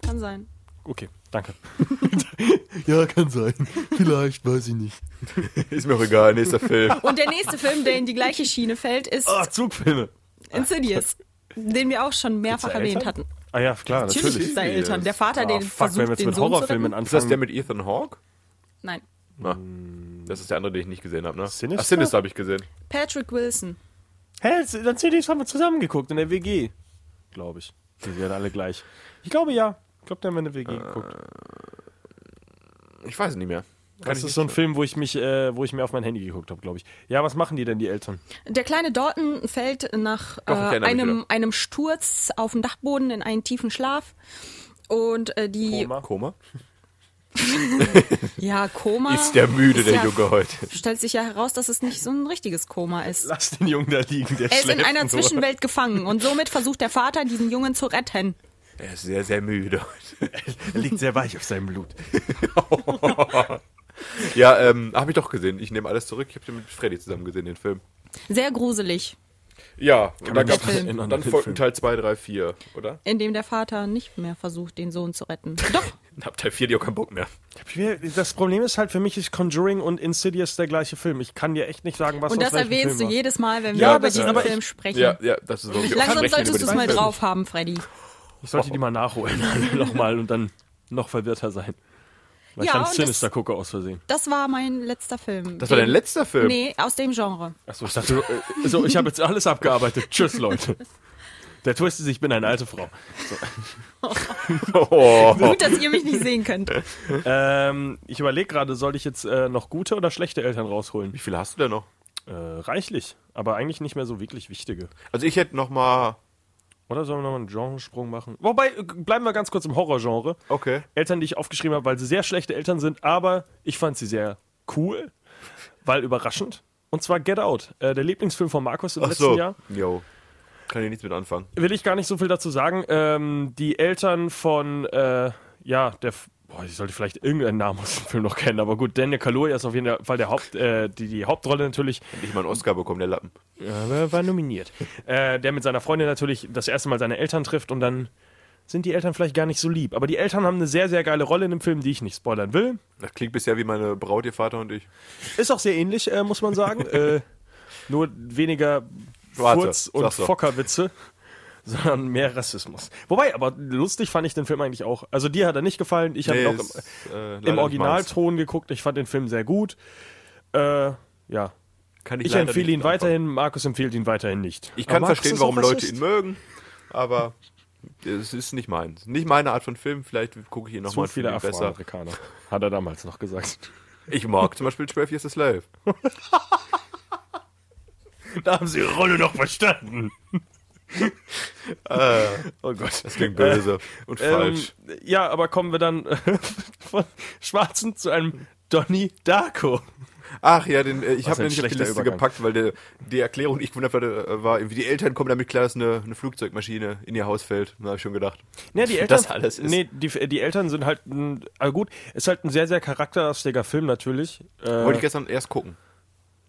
S4: Kann sein.
S5: Okay, danke.
S1: Ja, kann sein. Vielleicht, weiß ich nicht.
S6: [LAUGHS] ist mir auch egal, nächster Film.
S4: Und der nächste Film, der in die gleiche Schiene fällt,
S5: [LAUGHS]
S4: ist
S5: Ah, Zugfilme.
S4: Insidious, den wir auch schon mehrfach
S5: Gibt's da
S4: erwähnt
S5: Eltern?
S4: hatten.
S5: Ah ja, klar,
S4: Natürlich
S5: natürlich.
S4: ist da Eltern. Der Vater,
S5: Ah,
S4: den
S5: fuck, wenn wir
S4: versucht,
S5: jetzt
S4: den
S5: mit
S4: Sohn zu retten.
S5: Horrorfilmen
S6: [LAUGHS] Ist das der
S5: anfangen.
S6: mit Ethan Hawke?
S4: Nein.
S6: Na, das ist der andere, den ich nicht gesehen habe, ne?
S5: Sinister?
S6: Ach, Mm. Sinister habe ich gesehen.
S4: Patrick Wilson.
S5: Hä, das- dann CDs haben wir zusammen geguckt in der WG. Glaube ich. Die werden alle gleich. Ich glaube ja. Ich glaube, da haben wir eine WG geguckt.
S6: Ich weiß es nicht mehr. Kann
S5: Das
S6: ich
S5: ist so ein Film, wo ich mich, äh, wo ich mir auf mein Handy geguckt habe, glaube ich. Ja, was machen die denn die Eltern?
S4: Der kleine Dalton fällt nach äh,
S6: Doch, ich erinnere mich
S4: einem,
S6: wieder.
S4: einem Sturz auf den Dachboden in einen tiefen Schlaf. Und äh, die
S6: nicht. Koma.
S4: Ja, Koma.
S6: Ist der müde, der
S4: Ah. ja,
S6: Junge heute.
S4: Stellt sich ja heraus, dass es nicht so ein richtiges Koma
S5: [LAUGHS]
S4: ist.
S5: Lass den Jungen da liegen, der
S4: Er ist in
S5: schläft
S4: einer
S5: nur.
S4: Zwischenwelt gefangen und somit versucht der Vater, diesen Jungen zu retten.
S6: [LAUGHS] Er ist sehr, sehr müde [LAUGHS] heute.
S5: Er liegt sehr weich auf seinem Blut.
S6: Ja, ähm, habe ich doch gesehen. Ich nehme alles zurück. Ich habe den mit Freddy zusammen gesehen, den Film.
S4: Sehr gruselig,
S6: Ja, und
S5: mich
S6: dann, gab's, [LAUGHS]
S5: nicht dran erinnern,
S6: dann
S5: den
S6: folgten
S5: Film.
S6: Teil 2, 3, 4, oder?
S4: in dem der Vater nicht mehr versucht, den Sohn zu retten. Doch,
S6: Ab Teil 4 die auch keinen Bock mehr.
S5: Das Problem ist halt, für mich ist Conjuring und Insidious der gleiche Film. Ich kann dir echt nicht sagen, was
S4: und
S5: aus
S4: das
S5: welchem
S4: erwähnst du
S5: Film war.
S4: jedes Mal, wenn
S5: Ja,
S4: wir über
S5: das-
S4: diesen
S5: aber
S4: Film
S5: ich-
S4: sprechen.
S6: Ja, ja, das ist so. Wir
S4: Langsam
S6: sprechen
S4: solltest
S6: über
S4: du
S6: den
S4: es mal
S6: Film.
S4: drauf haben, Freddy.
S5: Ich sollte die mal nachholen [LAUGHS] nochmal und dann noch verwirrter sein. Weil
S4: Ja,
S5: ich dann
S4: und das-
S5: Sinister gucke aus Versehen.
S4: Das war mein letzter Film.
S6: Das war dein
S4: Den-
S6: letzter Film? [LAUGHS]
S4: Nee, aus dem Genre.
S5: Achso, ich dachte, äh, so, ich habe jetzt alles abgearbeitet. Tschüss, Leute. Der Twist ist, ich bin eine alte Frau.
S6: Oh.
S4: Gut, dass ihr mich nicht sehen könnt.
S5: Ähm, ich überlege gerade, soll ich jetzt äh, noch gute oder schlechte Eltern rausholen?
S6: Wie viele hast du denn noch?
S5: Äh, reichlich, aber eigentlich nicht mehr so wirklich wichtige.
S6: Also ich hätte noch mal...
S5: Oder sollen wir nochmal einen Genresprung machen? Wobei, äh, bleiben wir ganz kurz im Horrorgenre.
S6: Okay.
S5: Eltern, die ich aufgeschrieben habe, weil sie sehr schlechte Eltern sind, aber ich fand sie sehr cool, weil überraschend. Und zwar Get Out, äh, der Lieblingsfilm von Markus im
S6: Ach
S5: letzten
S6: so.
S5: Jahr.
S6: Jo. Kann ich nichts mit anfangen.
S5: Will ich gar nicht so viel dazu sagen. Ähm, die Eltern von, äh, ja, der, F- boah, ich sollte vielleicht irgendeinen Namen aus dem Film noch kennen, aber gut, Daniel Kaluuya ist auf jeden Fall der Haupt, äh, die, die Hauptrolle natürlich.
S6: Nicht mal einen Oscar bekommen, der Lappen.
S5: Ja, wer war nominiert. Äh, der mit seiner Freundin natürlich das erste Mal seine Eltern trifft und dann sind die Eltern vielleicht gar nicht so lieb. Aber die Eltern haben eine sehr, sehr geile Rolle in dem Film, die ich nicht spoilern will.
S6: Das klingt bisher wie meine Braut, ihr Vater und ich.
S5: Ist auch sehr ähnlich, äh, muss man sagen.
S6: [LAUGHS]
S5: äh, nur weniger
S6: Schwarze,
S5: Furz-
S6: sag
S5: und
S6: so.
S5: Fockerwitze, sondern mehr Rassismus. Wobei, aber lustig fand ich den Film eigentlich auch. Also dir hat er nicht gefallen. Ich habe ihn auch im,
S6: ist, äh, leider
S5: im
S6: nicht meins.
S5: Originalton geguckt. Ich fand den Film sehr gut. Äh, ja.
S6: Kann
S5: Ich
S6: leider
S5: empfehle
S6: nicht
S5: ihn
S6: mit anfangen.
S5: weiterhin, Markus empfiehlt ihn weiterhin nicht.
S6: Ich kann
S5: Aber Markus
S6: verstehen,
S5: ist
S6: warum
S5: auch
S6: Leute
S5: Rassist.
S6: ihn mögen, aber es ist nicht meins. Nicht meine Art von Film. Vielleicht gucke ich ihn
S5: Zu
S6: nochmal
S5: viele
S6: besser.
S5: Afroamerikaner, hat er damals noch
S6: [LAUGHS]
S5: gesagt.
S6: Ich mag zum Beispiel 12 Years a Slave.
S5: Da haben sie ihre Rolle noch verstanden.
S6: [LAUGHS]
S5: oh Gott.
S6: Äh. Das klingt böse und
S5: Ähm,
S6: falsch.
S5: ja, aber kommen wir dann äh, [LAUGHS] von Schwarzen zu einem Donnie Darko.
S6: Ach ja, den, äh, ich
S5: Was
S6: habe
S5: ein
S6: den nicht auf die
S5: schlechter
S6: Liste
S5: Übergang.
S6: gepackt, weil der, die Erklärung, die ich gewundert hatte, äh, war irgendwie, die Eltern kommen damit klar, dass eine, eine Flugzeugmaschine in ihr Haus fällt. Da habe ich schon gedacht.
S5: Ja, [LAUGHS] die Eltern,
S6: Das alles ist-
S5: Nee, die, die Eltern sind halt, ein, ah, gut, ist halt ein sehr, sehr charakterlastiger Film natürlich. Äh,
S6: Wollte ich gestern erst gucken.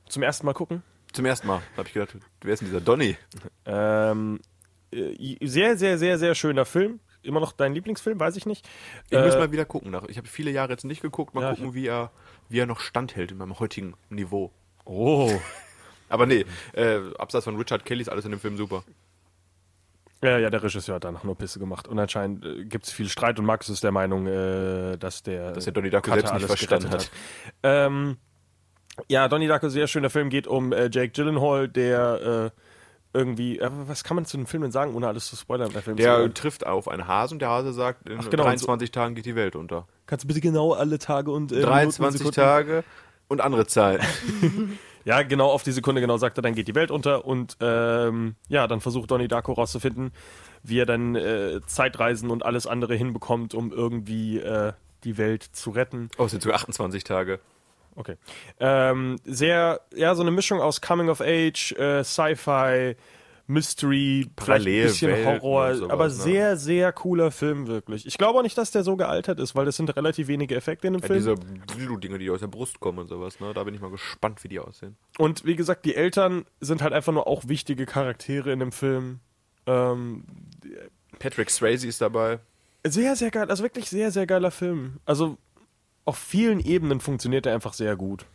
S5: zum ersten Mal gucken.
S6: Zum ersten Mal. Da habe ich gedacht, wer ist denn dieser Donny?
S5: Ähm, äh, sehr, sehr, sehr, sehr schöner Film. Immer noch dein Lieblingsfilm, weiß ich nicht.
S6: Ich
S5: Äh,
S6: muss mal wieder gucken. nach- Ich habe viele Jahre jetzt nicht geguckt. Mal
S5: Ja, ich
S6: gucken, wie er, wie er noch standhält in meinem heutigen Niveau.
S5: oh.
S6: Aber nee, äh, abseits von Richard Kelly ist alles in dem Film super.
S5: Ja, ja, der Regisseur hat danach nur Pisse gemacht. Und anscheinend äh, gibt es viel Streit und Max ist der Meinung, äh, dass der. Dass
S6: der Donnie Darko selbst nicht verstanden hat.
S5: Ähm, ja, Donnie Darko, sehr schöner Film, geht um äh, Jake Gyllenhaal, der äh, irgendwie. Äh, was kann man zu dem Film denn sagen, ohne alles zu spoilern? Der Film
S6: Der
S5: ist, äh,
S6: trifft auf einen Hasen, der Hase sagt, in
S5: genau,
S6: 23 Tagen geht die Welt unter.
S5: kannst du bitte genau alle Tage und. Äh,
S6: 23
S5: Minuten, Sekunden-
S6: Tage und andere Zeit.
S5: Ja, genau auf die Sekunde genau sagt er, dann geht die Welt unter und ähm, ja, dann versucht Donnie Darko rauszufinden, wie er dann äh, Zeitreisen und alles andere hinbekommt, um irgendwie äh, die Welt zu retten.
S6: Oh, es sind sogar 28 Tage.
S5: Okay. Ähm, sehr, ja, so eine Mischung aus Coming of Age, äh, Sci-Fi, Mystery, vielleicht ein
S6: Parallelwelten
S5: bisschen Horror,
S6: und sowas,
S5: aber
S6: ne?
S5: sehr, sehr cooler Film wirklich. Ich glaube auch nicht, dass der so gealtert ist, weil das sind relativ wenige Effekte in dem
S6: Ja,
S5: Film.
S6: diese Dildo-Dinge, die aus der Brust kommen und sowas, ne? Da bin ich mal gespannt, wie die aussehen.
S5: Und wie gesagt, die Eltern sind halt einfach nur auch wichtige Charaktere in dem Film. Ähm,
S6: Patrick Swayze ist dabei.
S5: sehr, sehr geil, also wirklich sehr, sehr geiler Film. Also auf vielen Ebenen funktioniert er einfach sehr gut.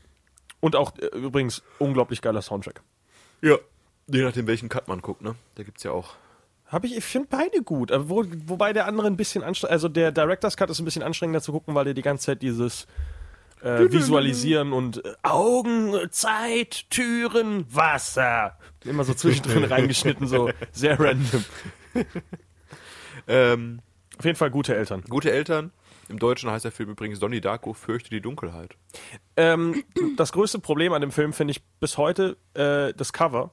S5: Und auch äh, übrigens unglaublich geiler Soundtrack.
S6: Ja. Je nachdem, welchen Cut man guckt, ne? Da gibt's ja auch.
S5: Hab ich, ich finde beide gut. Aber wo, wobei der andere ein bisschen anstrengend, also der Director's Cut ist ein bisschen anstrengender zu gucken, weil der die ganze Zeit dieses äh, Visualisieren und äh, Augen, Zeit, Türen, Wasser. Immer so [LAUGHS] zwischendrin reingeschnitten, so sehr random.
S6: Ähm,
S5: Auf jeden Fall gute Eltern.
S6: gute Eltern. Im Deutschen heißt der Film übrigens Donnie Darko, fürchte die Dunkelheit.
S5: Ähm, das größte Problem an dem Film finde ich bis heute äh, das Cover,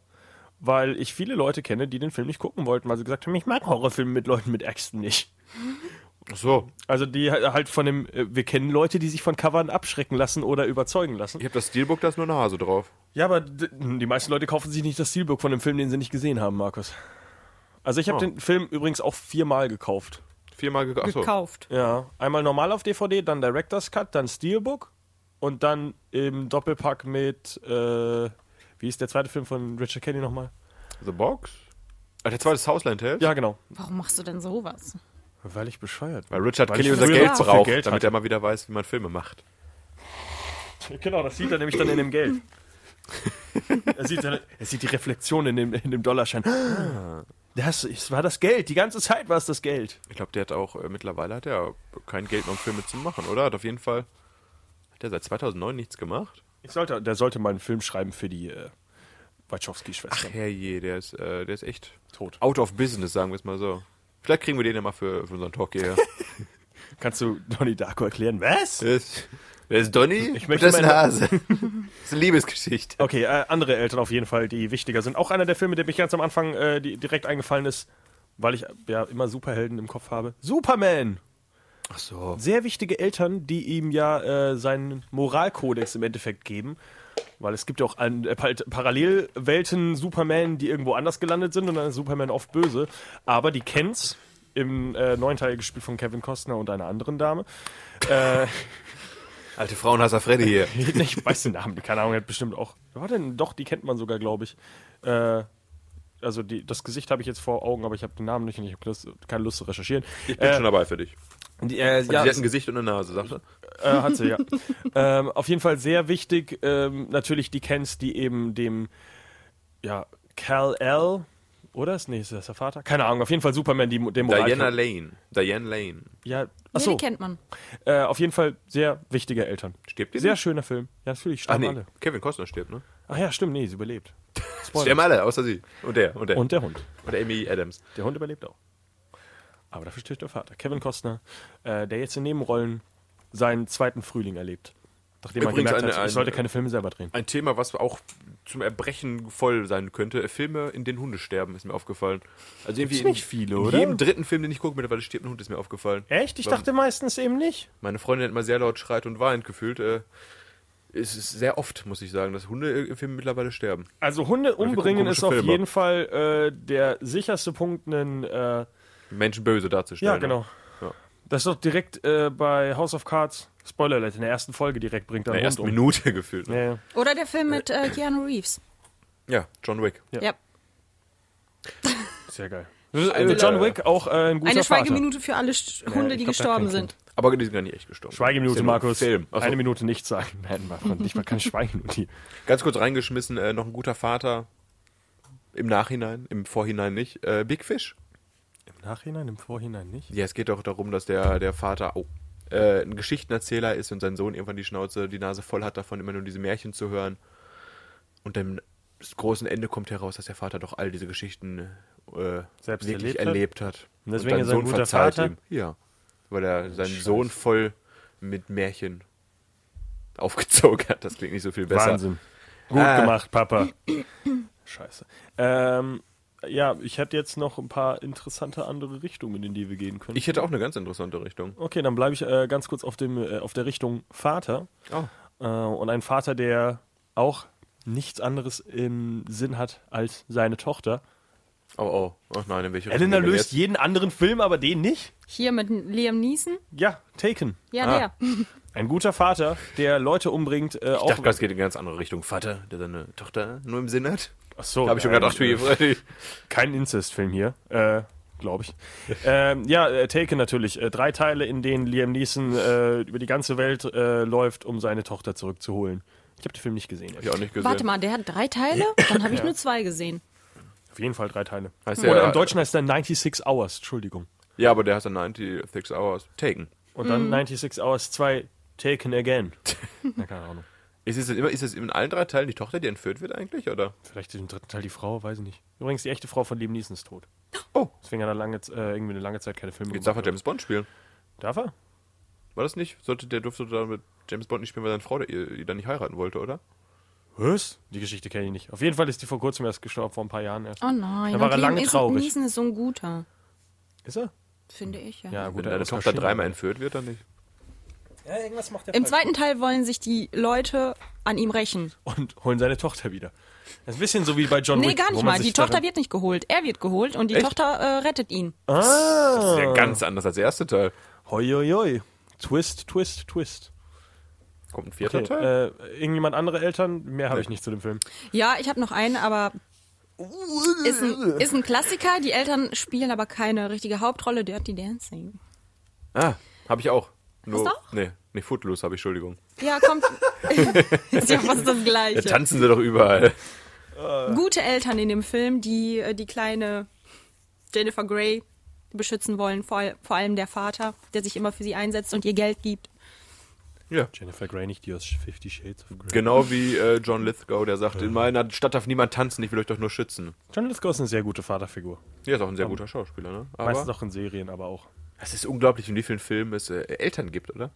S5: weil ich viele Leute kenne, die den Film nicht gucken wollten, weil sie gesagt haben, ich mag Horrorfilme mit Leuten mit Äxten nicht.
S6: Ach so.
S5: Also die halt von dem, äh, wir kennen Leute, die sich von Covern abschrecken lassen oder überzeugen lassen.
S6: Ich habe das Steelbook, da ist nur eine Hase drauf.
S5: Ja, aber d- die meisten Leute kaufen sich nicht das Steelbook von dem Film, den sie nicht gesehen haben, Markus. Also ich habe
S6: Oh.
S5: den Film übrigens auch viermal gekauft.
S6: Viermal gek Ach so.
S4: gekauft.
S5: Ja, einmal normal auf DVD, dann Director's Cut, dann Steelbook und dann im Doppelpack mit, äh, wie ist der zweite Film von Richard Kelly nochmal?
S6: The Box? Ah, der zweite ist Southland Tales?
S5: Ja, genau.
S4: Warum machst du denn sowas?
S5: Weil ich bescheuert
S6: Weil Richard
S5: Weil
S6: Kelly
S5: ich
S6: unser
S5: früher
S6: Geld
S5: so viel
S6: braucht,
S5: Geld
S6: damit
S5: hatte.
S6: er mal wieder weiß, wie man Filme macht.
S5: bin. Genau, das sieht er nämlich dann in dem Geld. er, sieht, dann- er sieht die Reflexion in dem, in dem Dollarschein. Ah, Das ist, war das Geld. Die ganze Zeit war es das Geld.
S6: Ich glaube, der hat auch, äh, mittlerweile hat er kein Geld mehr, um Filme zu machen, oder? Hat auf jeden Fall, hat er seit 2009 nichts gemacht?
S5: Ich sollte, der sollte mal einen Film schreiben für die äh, Wachowski-Schwestern.
S6: Herrje, der ist, äh, der ist echt
S5: Tot.
S6: out of business, sagen wir es mal so. Vielleicht kriegen wir den ja mal für, für unseren Talk hierher.
S5: Kannst du Donnie Darko erklären? Was?
S6: [LAUGHS] Wer ist, wer ist Donny?
S5: Ich möchte
S6: das ist ein
S5: meine-
S6: Hase. das ist eine Liebesgeschichte.
S5: Okay, äh, andere Eltern auf jeden Fall, die wichtiger sind. Auch einer der Filme, der mich ganz am Anfang äh, die, direkt eingefallen ist, weil ich äh, ja immer Superhelden im Kopf habe. Superman!
S6: Ach so.
S5: Sehr wichtige Eltern, die ihm ja äh, seinen Moralkodex im Endeffekt geben. Weil es gibt ja auch an, äh, pa- Parallelwelten Superman, die irgendwo anders gelandet sind und dann ist Superman oft böse. Aber die Kents, im äh, neuen Teil gespielt von Kevin Costner und einer anderen Dame, äh,
S6: Alte Frauenhasser Freddy hier.
S5: ich weiß den Namen, keine Ahnung, hat bestimmt auch. War denn doch, die kennt man sogar, glaube ich. Äh, also die, das Gesicht habe ich jetzt vor Augen, aber ich habe den Namen nicht und ich habe Lust- keine Lust zu recherchieren.
S6: Ich bin
S5: Äh,
S6: schon dabei für dich.
S5: die, äh,
S6: Ja,
S5: ja,
S6: sie hat ein Gesicht und eine Nase, sagt er.
S5: äh, hat
S6: [LAUGHS]
S5: sie, ja. ähm, auf jeden Fall sehr wichtig, ähm, natürlich die Kens, die eben dem, ja, Cal L. Oder? Ist- Nee, ist das der Vater? Keine Ahnung, auf jeden Fall Superman, die, dem
S6: Diana Lane. Diane Lane.
S5: Ja,
S4: Nee,
S5: achso,
S4: die kennt man.
S5: äh, auf jeden Fall sehr wichtige Eltern.
S6: Stirbt die
S5: Sehr
S6: nicht?
S5: schöner Film. Ja, natürlich,
S6: Ach
S5: sterben
S6: nee,
S5: alle.
S6: Kevin Costner stirbt, ne?
S5: Ach ja, stimmt, nee, sie
S6: [LAUGHS]
S5: überlebt.
S6: Sterben alle, außer sie. Und der, und der.
S5: Und der Hund.
S6: und der Amy Adams.
S5: Der Hund überlebt auch. Aber dafür stirbt der Vater. Kevin Costner, äh, der jetzt in Nebenrollen seinen zweiten Frühling erlebt. Nachdem man
S6: Übrigens
S5: gemerkt
S6: eine-
S5: hat,
S6: eine-
S5: ich sollte keine Filme selber drehen.
S6: Ein Thema, was auch zum Erbrechen voll sein könnte. Filme, in denen Hunde sterben, ist mir aufgefallen. Also irgendwie
S5: nicht viele,
S6: in
S5: oder?
S6: jedem dritten Film, den ich gucke, mittlerweile stirbt ein Hund, ist mir aufgefallen.
S5: Echt? Ich
S6: Weil
S5: dachte meistens eben nicht.
S6: Meine Freundin hat immer sehr laut schreit und weint gefühlt. Äh, es ist sehr oft, muss ich sagen, dass Hunde im Film mittlerweile sterben.
S5: Also Hunde umbringen
S6: komische
S5: ist auf
S6: Filme.
S5: jeden Fall äh, der sicherste Punkt, einen... Äh,
S6: Menschen böse darzustellen. ne?
S5: ja, genau.
S6: Ja.
S5: Das ist doch direkt äh, bei House of Cards, Spoiler Alert, in der ersten Folge direkt bringt er
S6: In der
S5: einen Hund
S6: ersten
S5: um.
S6: Minute [LAUGHS] gefühlt.
S5: Ja,
S6: Ne?
S5: ja.
S4: Oder der Film mit äh, Keanu Reeves.
S6: Ja, John Wick.
S5: Ja.
S4: Ja.
S5: sehr geil.
S6: Also,
S5: Äh, John
S6: äh,
S5: Wick, auch äh, ein guter
S4: Eine
S5: Vater.
S4: Schweigeminute für alle Sch-
S5: ich
S4: Hunde, die
S5: glaub, der hat
S4: gestorben
S5: kein
S4: sind.
S6: Aber die sind gar nicht echt gestorben. Ist
S5: Schweigeminute,
S6: ja nur ein
S5: Markus.
S6: Film. Achso.
S5: Eine Minute nicht sagen. Nein, Markus, nicht mal [LAUGHS] keine Schweigeminute.
S6: Ganz kurz reingeschmissen, äh, noch ein guter Vater. Im Nachhinein, im Vorhinein nicht. Äh, Big Fish.
S5: Im Nachhinein, im Vorhinein nicht.
S6: Ja, es geht doch darum, dass der, der Vater oh, äh, ein Geschichtenerzähler ist und sein Sohn irgendwann die Schnauze, die Nase voll hat davon, immer nur diese Märchen zu hören. Und dann das großen Ende kommt heraus, dass der Vater doch all diese Geschichten äh,
S5: Selbst
S6: wirklich
S5: erlebt hat?
S6: erlebt hat.
S5: Und deswegen
S6: dein
S5: ist er ein guter
S6: verzeiht
S5: Vater? Oh,
S6: Ja, weil er seinen Sohn voll mit Märchen aufgezogen hat. Das klingt nicht so viel besser.
S5: Wahnsinn. Gut
S6: Ah.
S5: gemacht, [CLEARS THROAT] Papa. Scheiße. Ähm, ja, ich hätte jetzt noch ein paar interessante andere Richtungen, in die wir gehen können.
S6: Ich hätte auch eine ganz interessante Richtung.
S5: okay, dann bleibe ich äh, ganz kurz auf, dem, äh, auf der Richtung Vater.
S6: Oh.
S5: Äh, und ein Vater, der auch nichts anderes im Sinn hat als seine Tochter.
S6: Oh, oh. Ach nein, in welche
S5: Elena
S6: gehen wir
S5: löst
S6: jetzt?
S5: jeden anderen Film, aber den nicht.
S4: Hier mit Liam Neeson?
S5: Ja, Taken.
S4: Ja,
S6: Ah.
S4: der.
S5: Ein guter Vater, der Leute umbringt, äh,
S6: Ich
S5: auch.
S6: dachte, das geht in eine ganz andere Richtung. Vater, der seine Tochter nur im Sinn hat.
S5: Ach so,
S6: Habe ich schon
S5: nein,
S6: gedacht, ach du
S5: äh,
S6: je Freddy.
S5: kein Inzest-Film hier, äh, glaube
S6: [LAUGHS]
S5: ich. ähm, ja, äh, Taken natürlich. Äh, drei Teile, in denen Liam Neeson äh, über die ganze Welt äh, läuft, um seine Tochter zurückzuholen. Ich habe den Film nicht gesehen.
S6: Hab ich auch nicht gesehen.
S4: Warte mal, der hat drei Teile?
S5: [LAUGHS]
S4: Dann habe ich nur zwei gesehen.
S5: Auf jeden Fall drei Teile.
S6: Heißt
S5: Oder
S6: der-
S5: im Deutschen heißt er 96 Hours, Entschuldigung.
S6: Ja, aber der hat dann 96 Hours. Taken.
S5: Und dann 96 Hours 2, Taken
S6: [LAUGHS]
S5: Again. Na, keine Ahnung.
S6: Ist es, immer, ist es in allen drei Teilen die Tochter, die entführt wird eigentlich, oder?
S5: Vielleicht im dritten Teil die Frau, weiß ich nicht. Übrigens, die echte Frau von Liam Neeson ist tot.
S6: Oh.
S5: Deswegen hat er lange, Z- äh, irgendwie eine lange Zeit keine Filme
S6: Jetzt darf er James Bond spielen.
S5: Darf er?
S6: War das nicht? Sollte, der durfte da mit James Bond nicht spielen, weil seine Frau der- ihr- ihn dann nicht heiraten wollte, oder?
S5: Was? Die Geschichte kenne ich nicht. Auf jeden Fall ist die vor kurzem erst gestorben, vor ein paar Jahren erst.
S4: Oh nein.
S5: Da war
S4: und
S5: er
S4: Liam
S5: lange
S4: Neeson-
S5: traurig.
S4: Neeson ist so ein guter.
S5: Ist er?
S4: finde ich. Ja.
S5: Ja,
S6: Wenn
S5: gut,
S6: deine
S5: Oscar
S6: Tochter
S5: Schindler.
S6: dreimal entführt wird, dann nicht.
S5: Ja, irgendwas macht der
S4: Im
S5: falsch.
S4: zweiten Teil wollen sich die Leute an ihm rächen.
S5: Und holen seine Tochter wieder. Das ist ein bisschen so wie bei John
S4: Nee,
S5: Wick.
S4: gar nicht
S5: wo man
S4: mal.
S5: sich
S4: Die Tochter
S5: daran-
S4: wird nicht geholt. Er wird geholt und die
S6: Echt?
S4: Tochter äh, rettet ihn.
S5: Ah.
S6: Das ist ja ganz anders als der erste Teil.
S5: Hoi, hoi, hoi. Twist, twist, twist.
S6: Kommt ein vierter
S5: Okay.
S6: Teil?
S5: Äh, irgendjemand andere Eltern? Mehr habe ich nicht zu dem Film.
S4: Ja, ich habe noch einen, aber ist ein, ist ein Klassiker. Die Eltern spielen aber keine richtige Hauptrolle. Dirty Dancing.
S6: Ah, habe ich auch. Nur,
S4: du auch?
S6: Nee, nee, Footloose habe ich, Entschuldigung.
S4: Ja, kommt. [LAUGHS] ist ja fast das
S6: Da
S4: Gleiche.
S6: tanzen sie
S5: [LAUGHS]
S6: doch überall.
S4: Gute Eltern in dem Film, die äh, die kleine Jennifer Grey beschützen wollen. Vor, all- vor allem der Vater, der sich immer für sie einsetzt und ihr Geld gibt.
S6: Ja.
S5: Jennifer Grey, nicht die aus Fifty Shades of Grey.
S6: Genau wie äh, John Lithgow, der sagt, in meiner Stadt darf niemand tanzen, ich will euch doch nur schützen.
S5: John Lithgow ist eine sehr gute Vaterfigur.
S6: Ja, ist auch ein sehr guter Schauspieler, ne?
S5: Meistens
S6: Aber
S5: auch in Serien, aber auch.
S6: es ist unglaublich, in wie vielen Filmen es äh, Eltern gibt, oder?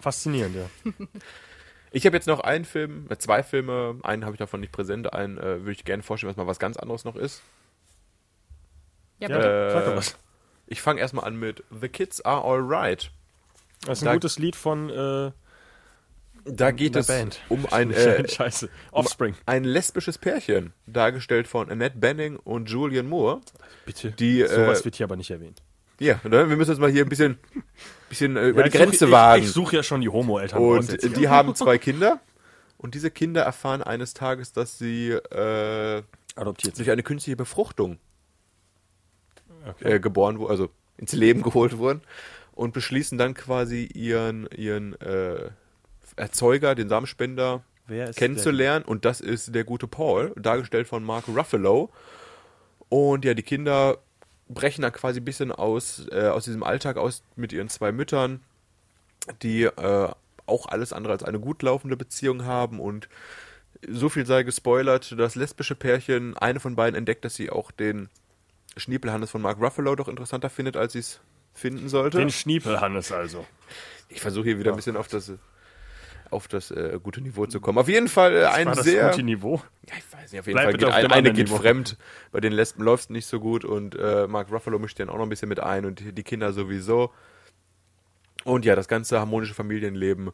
S5: Faszinierend, ja.
S6: Ich habe jetzt noch einen Film, äh, zwei Filme, einen habe ich davon nicht präsent, einen äh, würde ich gerne vorstellen, was mal was ganz anderes noch ist. Äh,
S4: Ja,
S5: ja
S4: bitte.
S5: sag doch was.
S6: Ich fange erstmal an mit The Kids Are Alright.
S5: Das ist
S6: da-
S5: ein gutes Lied von äh,
S6: Da geht
S5: einer
S6: es
S5: Band. [LAUGHS]
S6: um ein, äh,
S5: Scheiße.
S6: um
S5: Offspring.
S6: ein lesbisches Pärchen, dargestellt von Annette Benning und Julian Moore.
S5: Bitte.
S6: die,
S5: Sowas
S6: äh,
S5: wird hier aber nicht erwähnt.
S6: Ja, ne? wir müssen jetzt mal hier ein bisschen, bisschen äh, über
S5: Ja,
S6: die
S5: ich
S6: Grenze
S5: such,
S6: wagen.
S5: Ich, ich suche ja schon die Homo-Eltern raus jetzt
S6: Und
S5: hier.
S6: die haben zwei Kinder. Und diese Kinder erfahren eines Tages, dass sie äh,
S5: [LAUGHS] adoptiert sich.
S6: durch eine künstliche Befruchtung
S5: Okay.
S6: äh, geboren wurden, also ins Leben geholt wurden. Und beschließen dann quasi ihren, ihren äh, Erzeuger, den Samenspender,
S5: Wer ist
S6: kennenzulernen. Und das ist der gute Paul, dargestellt von Mark Ruffalo. Und ja, die Kinder brechen da quasi ein bisschen aus, äh, aus diesem Alltag aus mit ihren zwei Müttern, die äh, auch alles andere als eine gut laufende Beziehung haben. Und so viel sei gespoilert, das lesbische Pärchen, eine von beiden entdeckt, dass sie auch den Schniepelhannes von Mark Ruffalo doch interessanter findet, als sie es finden sollte.
S5: Den Schniepelhannes also.
S6: Ich versuche hier wieder ein bisschen auf das, auf das äh, gute Niveau zu kommen. Auf jeden Fall äh, ein
S5: War das
S6: sehr.
S5: gute Niveau?
S6: Ja, ich weiß nicht, auf jeden
S5: Bleib
S6: Fall
S5: bitte auf
S6: geht eine,
S5: dem
S6: eine
S5: anderen
S6: geht
S5: Niveau.
S6: fremd. Bei den Lesben läuft es nicht so gut und äh, Mark Ruffalo mischt den auch noch ein bisschen mit ein und die die Kinder sowieso. Und ja, das ganze harmonische Familienleben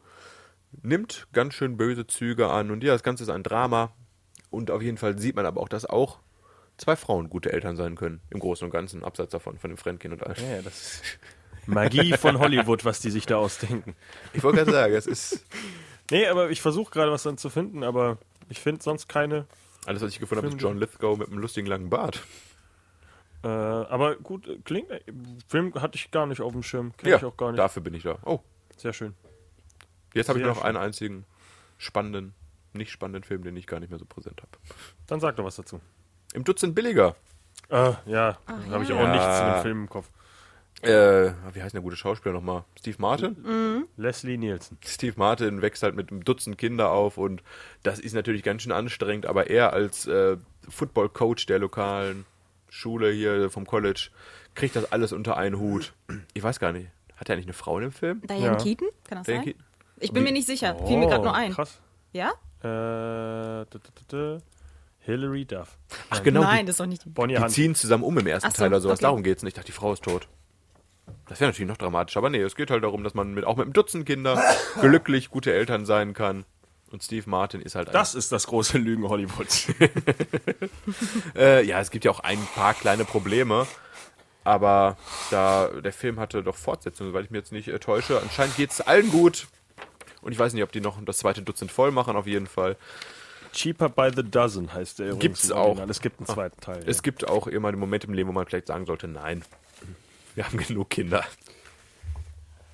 S6: nimmt ganz schön böse Züge an und ja, das Ganze ist ein Drama. Und auf jeden Fall sieht man aber auch, dass auch zwei Frauen gute Eltern sein können, im Großen und Ganzen, abseits davon, von dem Fremdgehen und allem.
S5: Ja, das ist Magie von Hollywood, was die sich da ausdenken.
S6: Ich wollte gerade sagen, es ist
S5: Nee, aber ich versuche gerade was dann zu finden, aber ich finde sonst keine.
S6: alles, was ich gefunden habe, ist John Lithgow mit einem lustigen langen Bart.
S5: Äh, aber gut, äh, klingt. äh, Film hatte ich gar nicht auf dem Schirm. Kenn
S6: Ja,
S5: ich auch gar nicht.
S6: dafür bin ich da. Oh,
S5: Sehr schön.
S6: Jetzt habe ich
S5: Sehr
S6: nur noch
S5: schön.
S6: einen einzigen spannenden, nicht spannenden Film, den ich gar nicht mehr so präsent habe.
S5: Dann sag doch was dazu.
S6: Im Dutzend billiger.
S5: Äh, ja, habe ich auch
S6: Ja.
S5: nichts zu dem Film im Kopf.
S6: Äh, wie heißt der gute Schauspieler nochmal? Steve Martin?
S4: Mhm.
S5: Leslie Nielsen.
S6: Steve Martin wächst halt mit einem Dutzend Kinder auf und das ist natürlich ganz schön anstrengend, aber er als äh, Football-Coach der lokalen Schule hier vom College kriegt das alles unter einen Hut. Ich weiß gar nicht. Hat er eigentlich eine Frau in dem Film?
S4: Diane
S5: Ja. Oh,
S4: Keaton? Kann das
S6: äh, Diane
S4: sein?
S6: Keaton?
S4: Ich bin mir nicht sicher. Fiel mir gerade nur ein.
S5: Krass.
S4: Ja?
S5: Äh, d -d -d -d Hillary Duff.
S6: Ach genau,
S4: Nein,
S6: die,
S4: das ist doch nicht die.
S5: Bonnie
S6: die
S5: Hunt.
S6: ziehen zusammen um im ersten
S4: Ach so,
S6: Teil oder sowas.
S4: okay.
S6: Darum geht's nicht. Ich dachte, die Frau ist tot. Das wäre natürlich noch dramatischer, aber nee, es geht halt darum, dass man mit, auch mit einem
S4: [COUGHS]
S6: Dutzend Kinder glücklich gute Eltern sein kann. Und Steve Martin ist halt ein-
S5: Das ist das große Lügen Hollywoods.
S6: Äh, ja, es gibt ja auch ein paar kleine Probleme. Aber da der Film hatte doch Fortsetzung, soweit ich mich jetzt nicht äh, täusche. Anscheinend geht's allen gut. Und ich weiß nicht, ob die noch das zweite Dutzend voll machen, auf jeden Fall.
S5: [LAUGHS] Cheaper by the Dozen heißt der übrigens.
S6: Gibt's
S5: im
S6: auch. Ah,
S5: Original. Es gibt einen zweiten Teil.
S6: Es gibt auch immer den Moment im Leben, wo man vielleicht sagen sollte, nein, wir haben genug Kinder.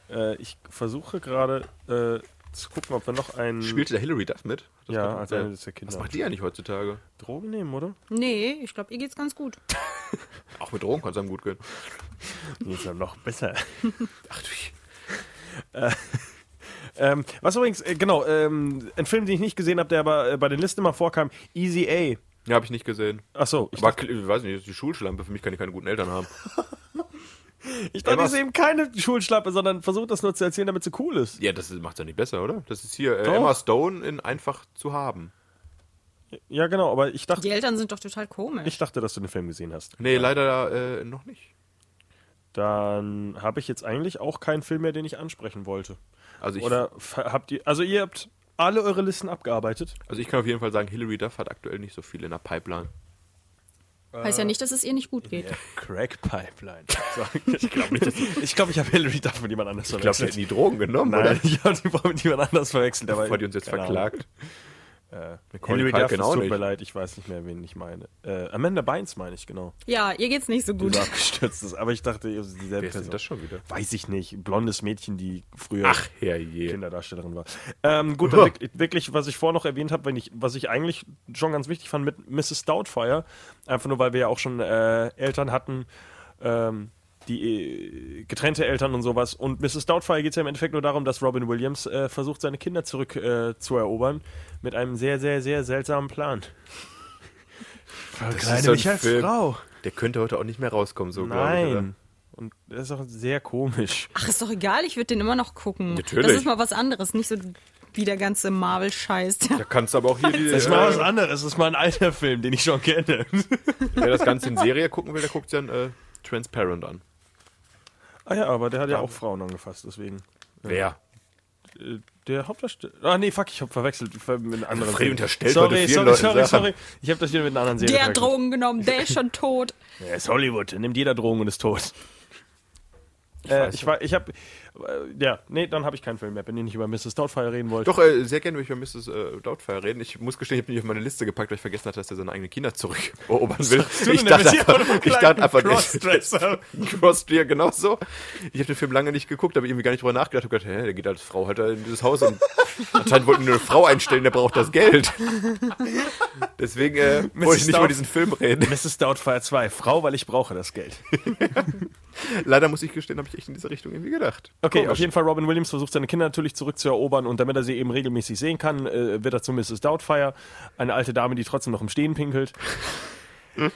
S5: Äh, ich versuche gerade äh, zu gucken, ob wir noch einen
S6: Spielte der Hillary Duff mit? Das
S5: Mhm. Ja,
S6: war-
S5: als eine der Kinder.
S6: Was macht die eigentlich heutzutage?
S5: Drogen nehmen,
S6: [LAUGHS]
S5: oder?
S4: Nee, ich glaube, ihr geht's ganz gut.
S6: Auch mit Drogen kann es einem
S5: [LAUGHS]
S6: gut gehen.
S5: Nee, ist ja noch
S6: [LAUGHS]
S5: besser.
S6: Ach du,
S5: Äh, [LAUGHS] Ähm, was übrigens, äh, genau, ähm, ein Film, den ich nicht gesehen habe, der aber äh, bei den Listen immer vorkam, Easy A.
S6: ja, habe ich nicht gesehen.
S5: Achso, ich,
S6: Ich Aber, ich weiß nicht, das ist die Schulschlampe, für mich kann ich keine guten
S5: [LAUGHS]
S6: Eltern haben.
S5: ich dachte,
S6: was-
S5: das ist eben keine Schulschlappe, sondern versucht das nur zu erzählen, damit sie cool ist.
S6: Ja, das macht's ja nicht besser, oder? Das ist hier äh,
S5: Doch.
S6: Emma Stone in einfach zu haben.
S5: Ja, genau, aber ich dachte,
S4: Die Eltern sind doch total komisch.
S5: ich dachte, dass du den Film gesehen hast.
S6: Nee, leider äh, noch nicht.
S5: Dann habe ich jetzt eigentlich auch keinen Film mehr, den ich ansprechen wollte.
S6: Also ich-
S5: Oder fa- habt ihr. Also ihr habt alle eure Listen abgearbeitet.
S6: Also ich kann auf jeden Fall sagen, Hillary Duff hat aktuell nicht so viel in der Pipeline.
S4: Heißt ja nicht, dass es ihr nicht gut geht.
S5: Crack [LAUGHS] Pipeline. ich glaube nicht. dass- Ich glaube, ich habe Hillary Duff mit jemand anders
S6: Ich glaube, sie hätten die Drogen genommen, [LAUGHS]
S5: Nein, [LAUGHS]
S6: oder?
S5: ich habe die Frau mit jemand anders verwechselt. Aber
S6: Bevor die uns jetzt
S5: keine Ahnung.
S6: verklagt. Nicole
S5: Hillary genau. Äh, Duff,
S6: Kalkin
S5: es
S6: auch
S5: tut
S6: genau nicht.
S5: mir leid, ich weiß nicht mehr, wen ich meine. Äh, Amanda Bynes meine ich, genau.
S4: Ja, ihr geht's nicht so
S5: Die
S4: gut.
S5: da abgestürzt ist. Aber ich dachte, ihr seid dieselbe
S6: Wer ist denn
S5: Person.
S6: das schon wieder?
S5: Weiß ich nicht. Blondes Mädchen, die früher
S6: Ach, herrje.
S5: Kinderdarstellerin war. Ähm, gut, dann wirk- wirklich, was ich vorher noch erwähnt habe, wenn ich, was ich eigentlich schon ganz wichtig fand mit Mrs. Doubtfire, einfach nur, weil wir ja auch schon äh, Eltern hatten, ähm, die äh, getrennte Eltern und sowas. Und Mrs. Doubtfire geht es ja im Endeffekt nur darum, dass Robin Williams äh, versucht, seine Kinder zurück äh, zu erobern mit einem sehr, sehr, sehr seltsamen Plan.
S6: ist so ein Film. Der könnte heute auch nicht mehr rauskommen, so glaube
S5: Nein. Und das ist auch sehr komisch.
S4: Ach, ist doch egal, ich würde den immer noch gucken.
S6: Natürlich.
S4: Das ist mal was anderes, nicht so wie der ganze Marvel-Scheiß.
S6: ich. Oder? Da kannst du aber
S5: [LAUGHS]
S6: auch hier die,
S5: Das ist mal was
S6: äh,
S5: anderes. Das ist mal ein alter Film, den ich schon kenne.
S6: wer das Ganze in Serie gucken will, der guckt dann äh, Transparent an.
S5: Ah ja, aber der hat ja auch Frauen angefasst, deswegen.
S6: Wer?
S5: Äh, Der Hauptdarsteller. Ah nee, fuck, ich hab verwechselt ver- mit einer anderen
S6: Fred unterstellt
S5: sorry,
S6: heute vielen
S5: sorry,
S6: Leuten
S5: sorry,
S6: Sachen.
S5: sorry. Ich hab das wieder mit einer anderen Serie.
S4: Der hat
S5: verwechselt.
S4: Drogen genommen, der ist schon
S6: [LAUGHS]
S4: tot.
S5: Ja, ist Hollywood. Da nimmt jeder Drogen und ist tot. Ich, äh,
S6: weiß
S5: ich, war, ich hab. Äh, ja, nee, dann hab ich keinen Film mehr, wenn ihr nicht über Mrs. Doubtfire reden wollt.
S6: Doch, äh, sehr gerne würde ich über Mrs. Äh, Doubtfire reden. Ich muss gestehen, ich habe mich auf meine Liste gepackt, weil ich vergessen hatte, dass er seine eigenen Kinder zurückerobern will. Ich dachte einfach, ich dachte einfach, [LAUGHS]
S5: Crossdresser.
S6: Crossdreher, genau so. Ich habe den Film lange nicht geguckt, habe irgendwie gar nicht drüber nachgedacht. Ich gedacht, hä, der geht als Frau halt in dieses
S5: [LAUGHS]
S6: Haus und anscheinend wollten nur eine Frau einstellen, der braucht das Geld. [LAUGHS] Deswegen äh, wollte ich nicht über diesen Film reden.
S5: Mrs. Doubtfire 2, Frau, weil ich brauche das Geld.
S6: Leider muss ich gestehen, habe ich echt in diese Richtung irgendwie gedacht.
S5: Okay,
S6: Komisch.
S5: auf jeden Fall, Robin Williams versucht seine Kinder natürlich zurückzuerobern und damit er sie eben regelmäßig sehen kann, äh, wird er zu Mrs. Doubtfire, eine alte Dame, die trotzdem noch im Stehen pinkelt.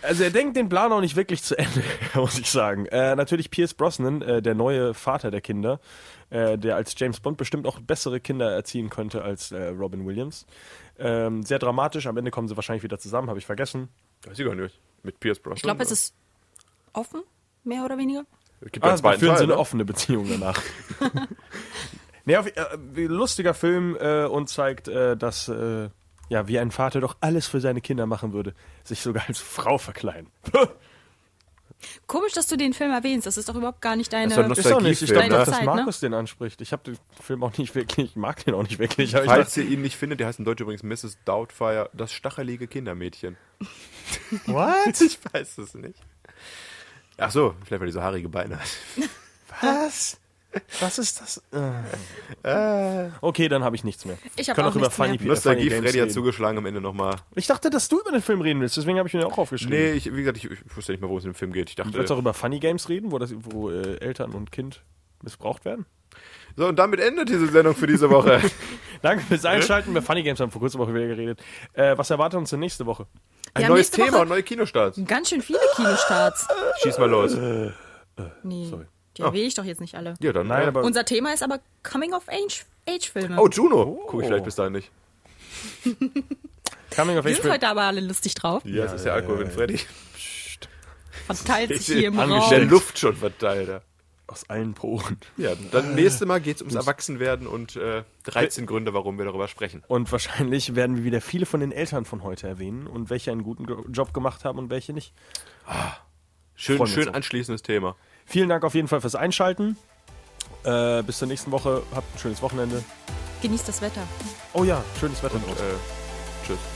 S5: Also er denkt den Plan auch nicht wirklich zu Ende, [LAUGHS] muss ich sagen. Äh, natürlich Pierce Brosnan, äh, der neue Vater der Kinder, äh, der als James Bond bestimmt auch bessere Kinder erziehen könnte als äh, Robin Williams. Ähm, sehr dramatisch, am Ende kommen sie wahrscheinlich wieder zusammen, habe ich vergessen.
S6: Weiß ich gar nicht. Mit Pierce Brosnan.
S4: Ich glaube, es ist offen, mehr oder weniger.
S6: Gibt
S5: Ah,
S6: einen
S5: das war
S6: zweiten
S5: für
S6: Teil,
S5: so eine
S6: ne?
S5: offene Beziehung danach. [LAUGHS] nee, auf, äh, lustiger Film äh, und zeigt, äh, dass äh, ja, wie ein Vater doch alles für seine Kinder machen würde, sich sogar als Frau verkleiden.
S4: Komisch, dass du den Film erwähnst. Das ist doch überhaupt gar nicht deine.
S6: Das
S5: Ist
S6: ist doch lustig.
S5: doch nicht. Ich
S6: Nostalgiefilm,
S5: glaube, dass
S4: ne?
S5: das
S4: Zeit, ne?
S5: Markus den anspricht. Ich habe den Film auch nicht wirklich, ich mag den auch nicht wirklich. aber ich
S6: Falls ihr ihn nicht findet, der heißt in Deutsch übrigens Mrs. Doubtfire, das stachelige Kindermädchen.
S5: dachte, what? [LAUGHS]
S6: Ich weiß es nicht. Ach so, vielleicht weil die so haarige Beine hat.
S5: Was? Was ist das? Äh. Okay, dann habe ich nichts mehr.
S4: Ich hab
S5: Können
S4: auch
S5: über
S4: nichts mehr.
S5: Funny, P- äh, Funny
S6: Nostalgie
S5: Games
S6: Freddy hat
S5: reden.
S6: zugeschlagen am Ende nochmal.
S5: Ich dachte, dass du über den Film reden willst, deswegen habe ich mir den auch aufgeschrieben.
S6: Nee, ich, wie gesagt, ich, ich wusste nicht mal, worum es in dem Film geht. Ich dachte.
S5: Wird auch über Funny Games reden, wo, das, wo äh, Eltern und Kind missbraucht werden?
S6: So, und damit endet diese Sendung für diese Woche.
S5: Danke fürs Einschalten. Über Funny Games haben wir vor kurzem auch wieder geredet. Äh, was erwartet uns denn nächste Woche?
S6: Ein
S4: haben
S6: neues
S4: nächste
S6: Thema,
S4: Woche-
S6: und neue Kinostarts.
S4: Ganz schön viele Kinostarts.
S6: Schieß mal los.
S4: Nee, die erwähne ich doch jetzt nicht alle.
S6: Oh. Ja, dann.
S5: Nein,
S6: äh,
S5: aber
S4: Unser Thema ist aber Coming of Age. Age-Filme.
S6: Oh, Juno. Guck ich vielleicht bis dahin nicht.
S5: Coming of
S4: Wir
S5: Age
S4: sind
S5: wird
S4: heute aber alle lustig
S6: [LAUGHS]
S4: drauf.
S6: Ja, das ist der Alkohol mit Freddy. [LAUGHS]
S4: Verteilt sich hier im
S5: Angestellt.
S6: Der
S4: Raum.
S6: Luft schon verteilt. ja.
S5: aus allen Poren.
S6: Ja, dann nächste Mal geht's ums Erwachsenwerden und äh, 13 Gründe, warum wir darüber sprechen.
S5: Und wahrscheinlich werden wir wieder viele von den Eltern von heute erwähnen und welche einen guten Ge- Job gemacht haben und welche nicht. Freu
S6: Schön,
S5: mich
S6: schön
S5: drauf.
S6: anschließendes Thema.
S5: Vielen Dank auf jeden Fall fürs Einschalten. Äh, bis zur nächsten Woche. Habt ein schönes Wochenende.
S4: Genießt das Wetter.
S5: Oh ja, schönes Wetter draußen.
S6: Äh, tschüss.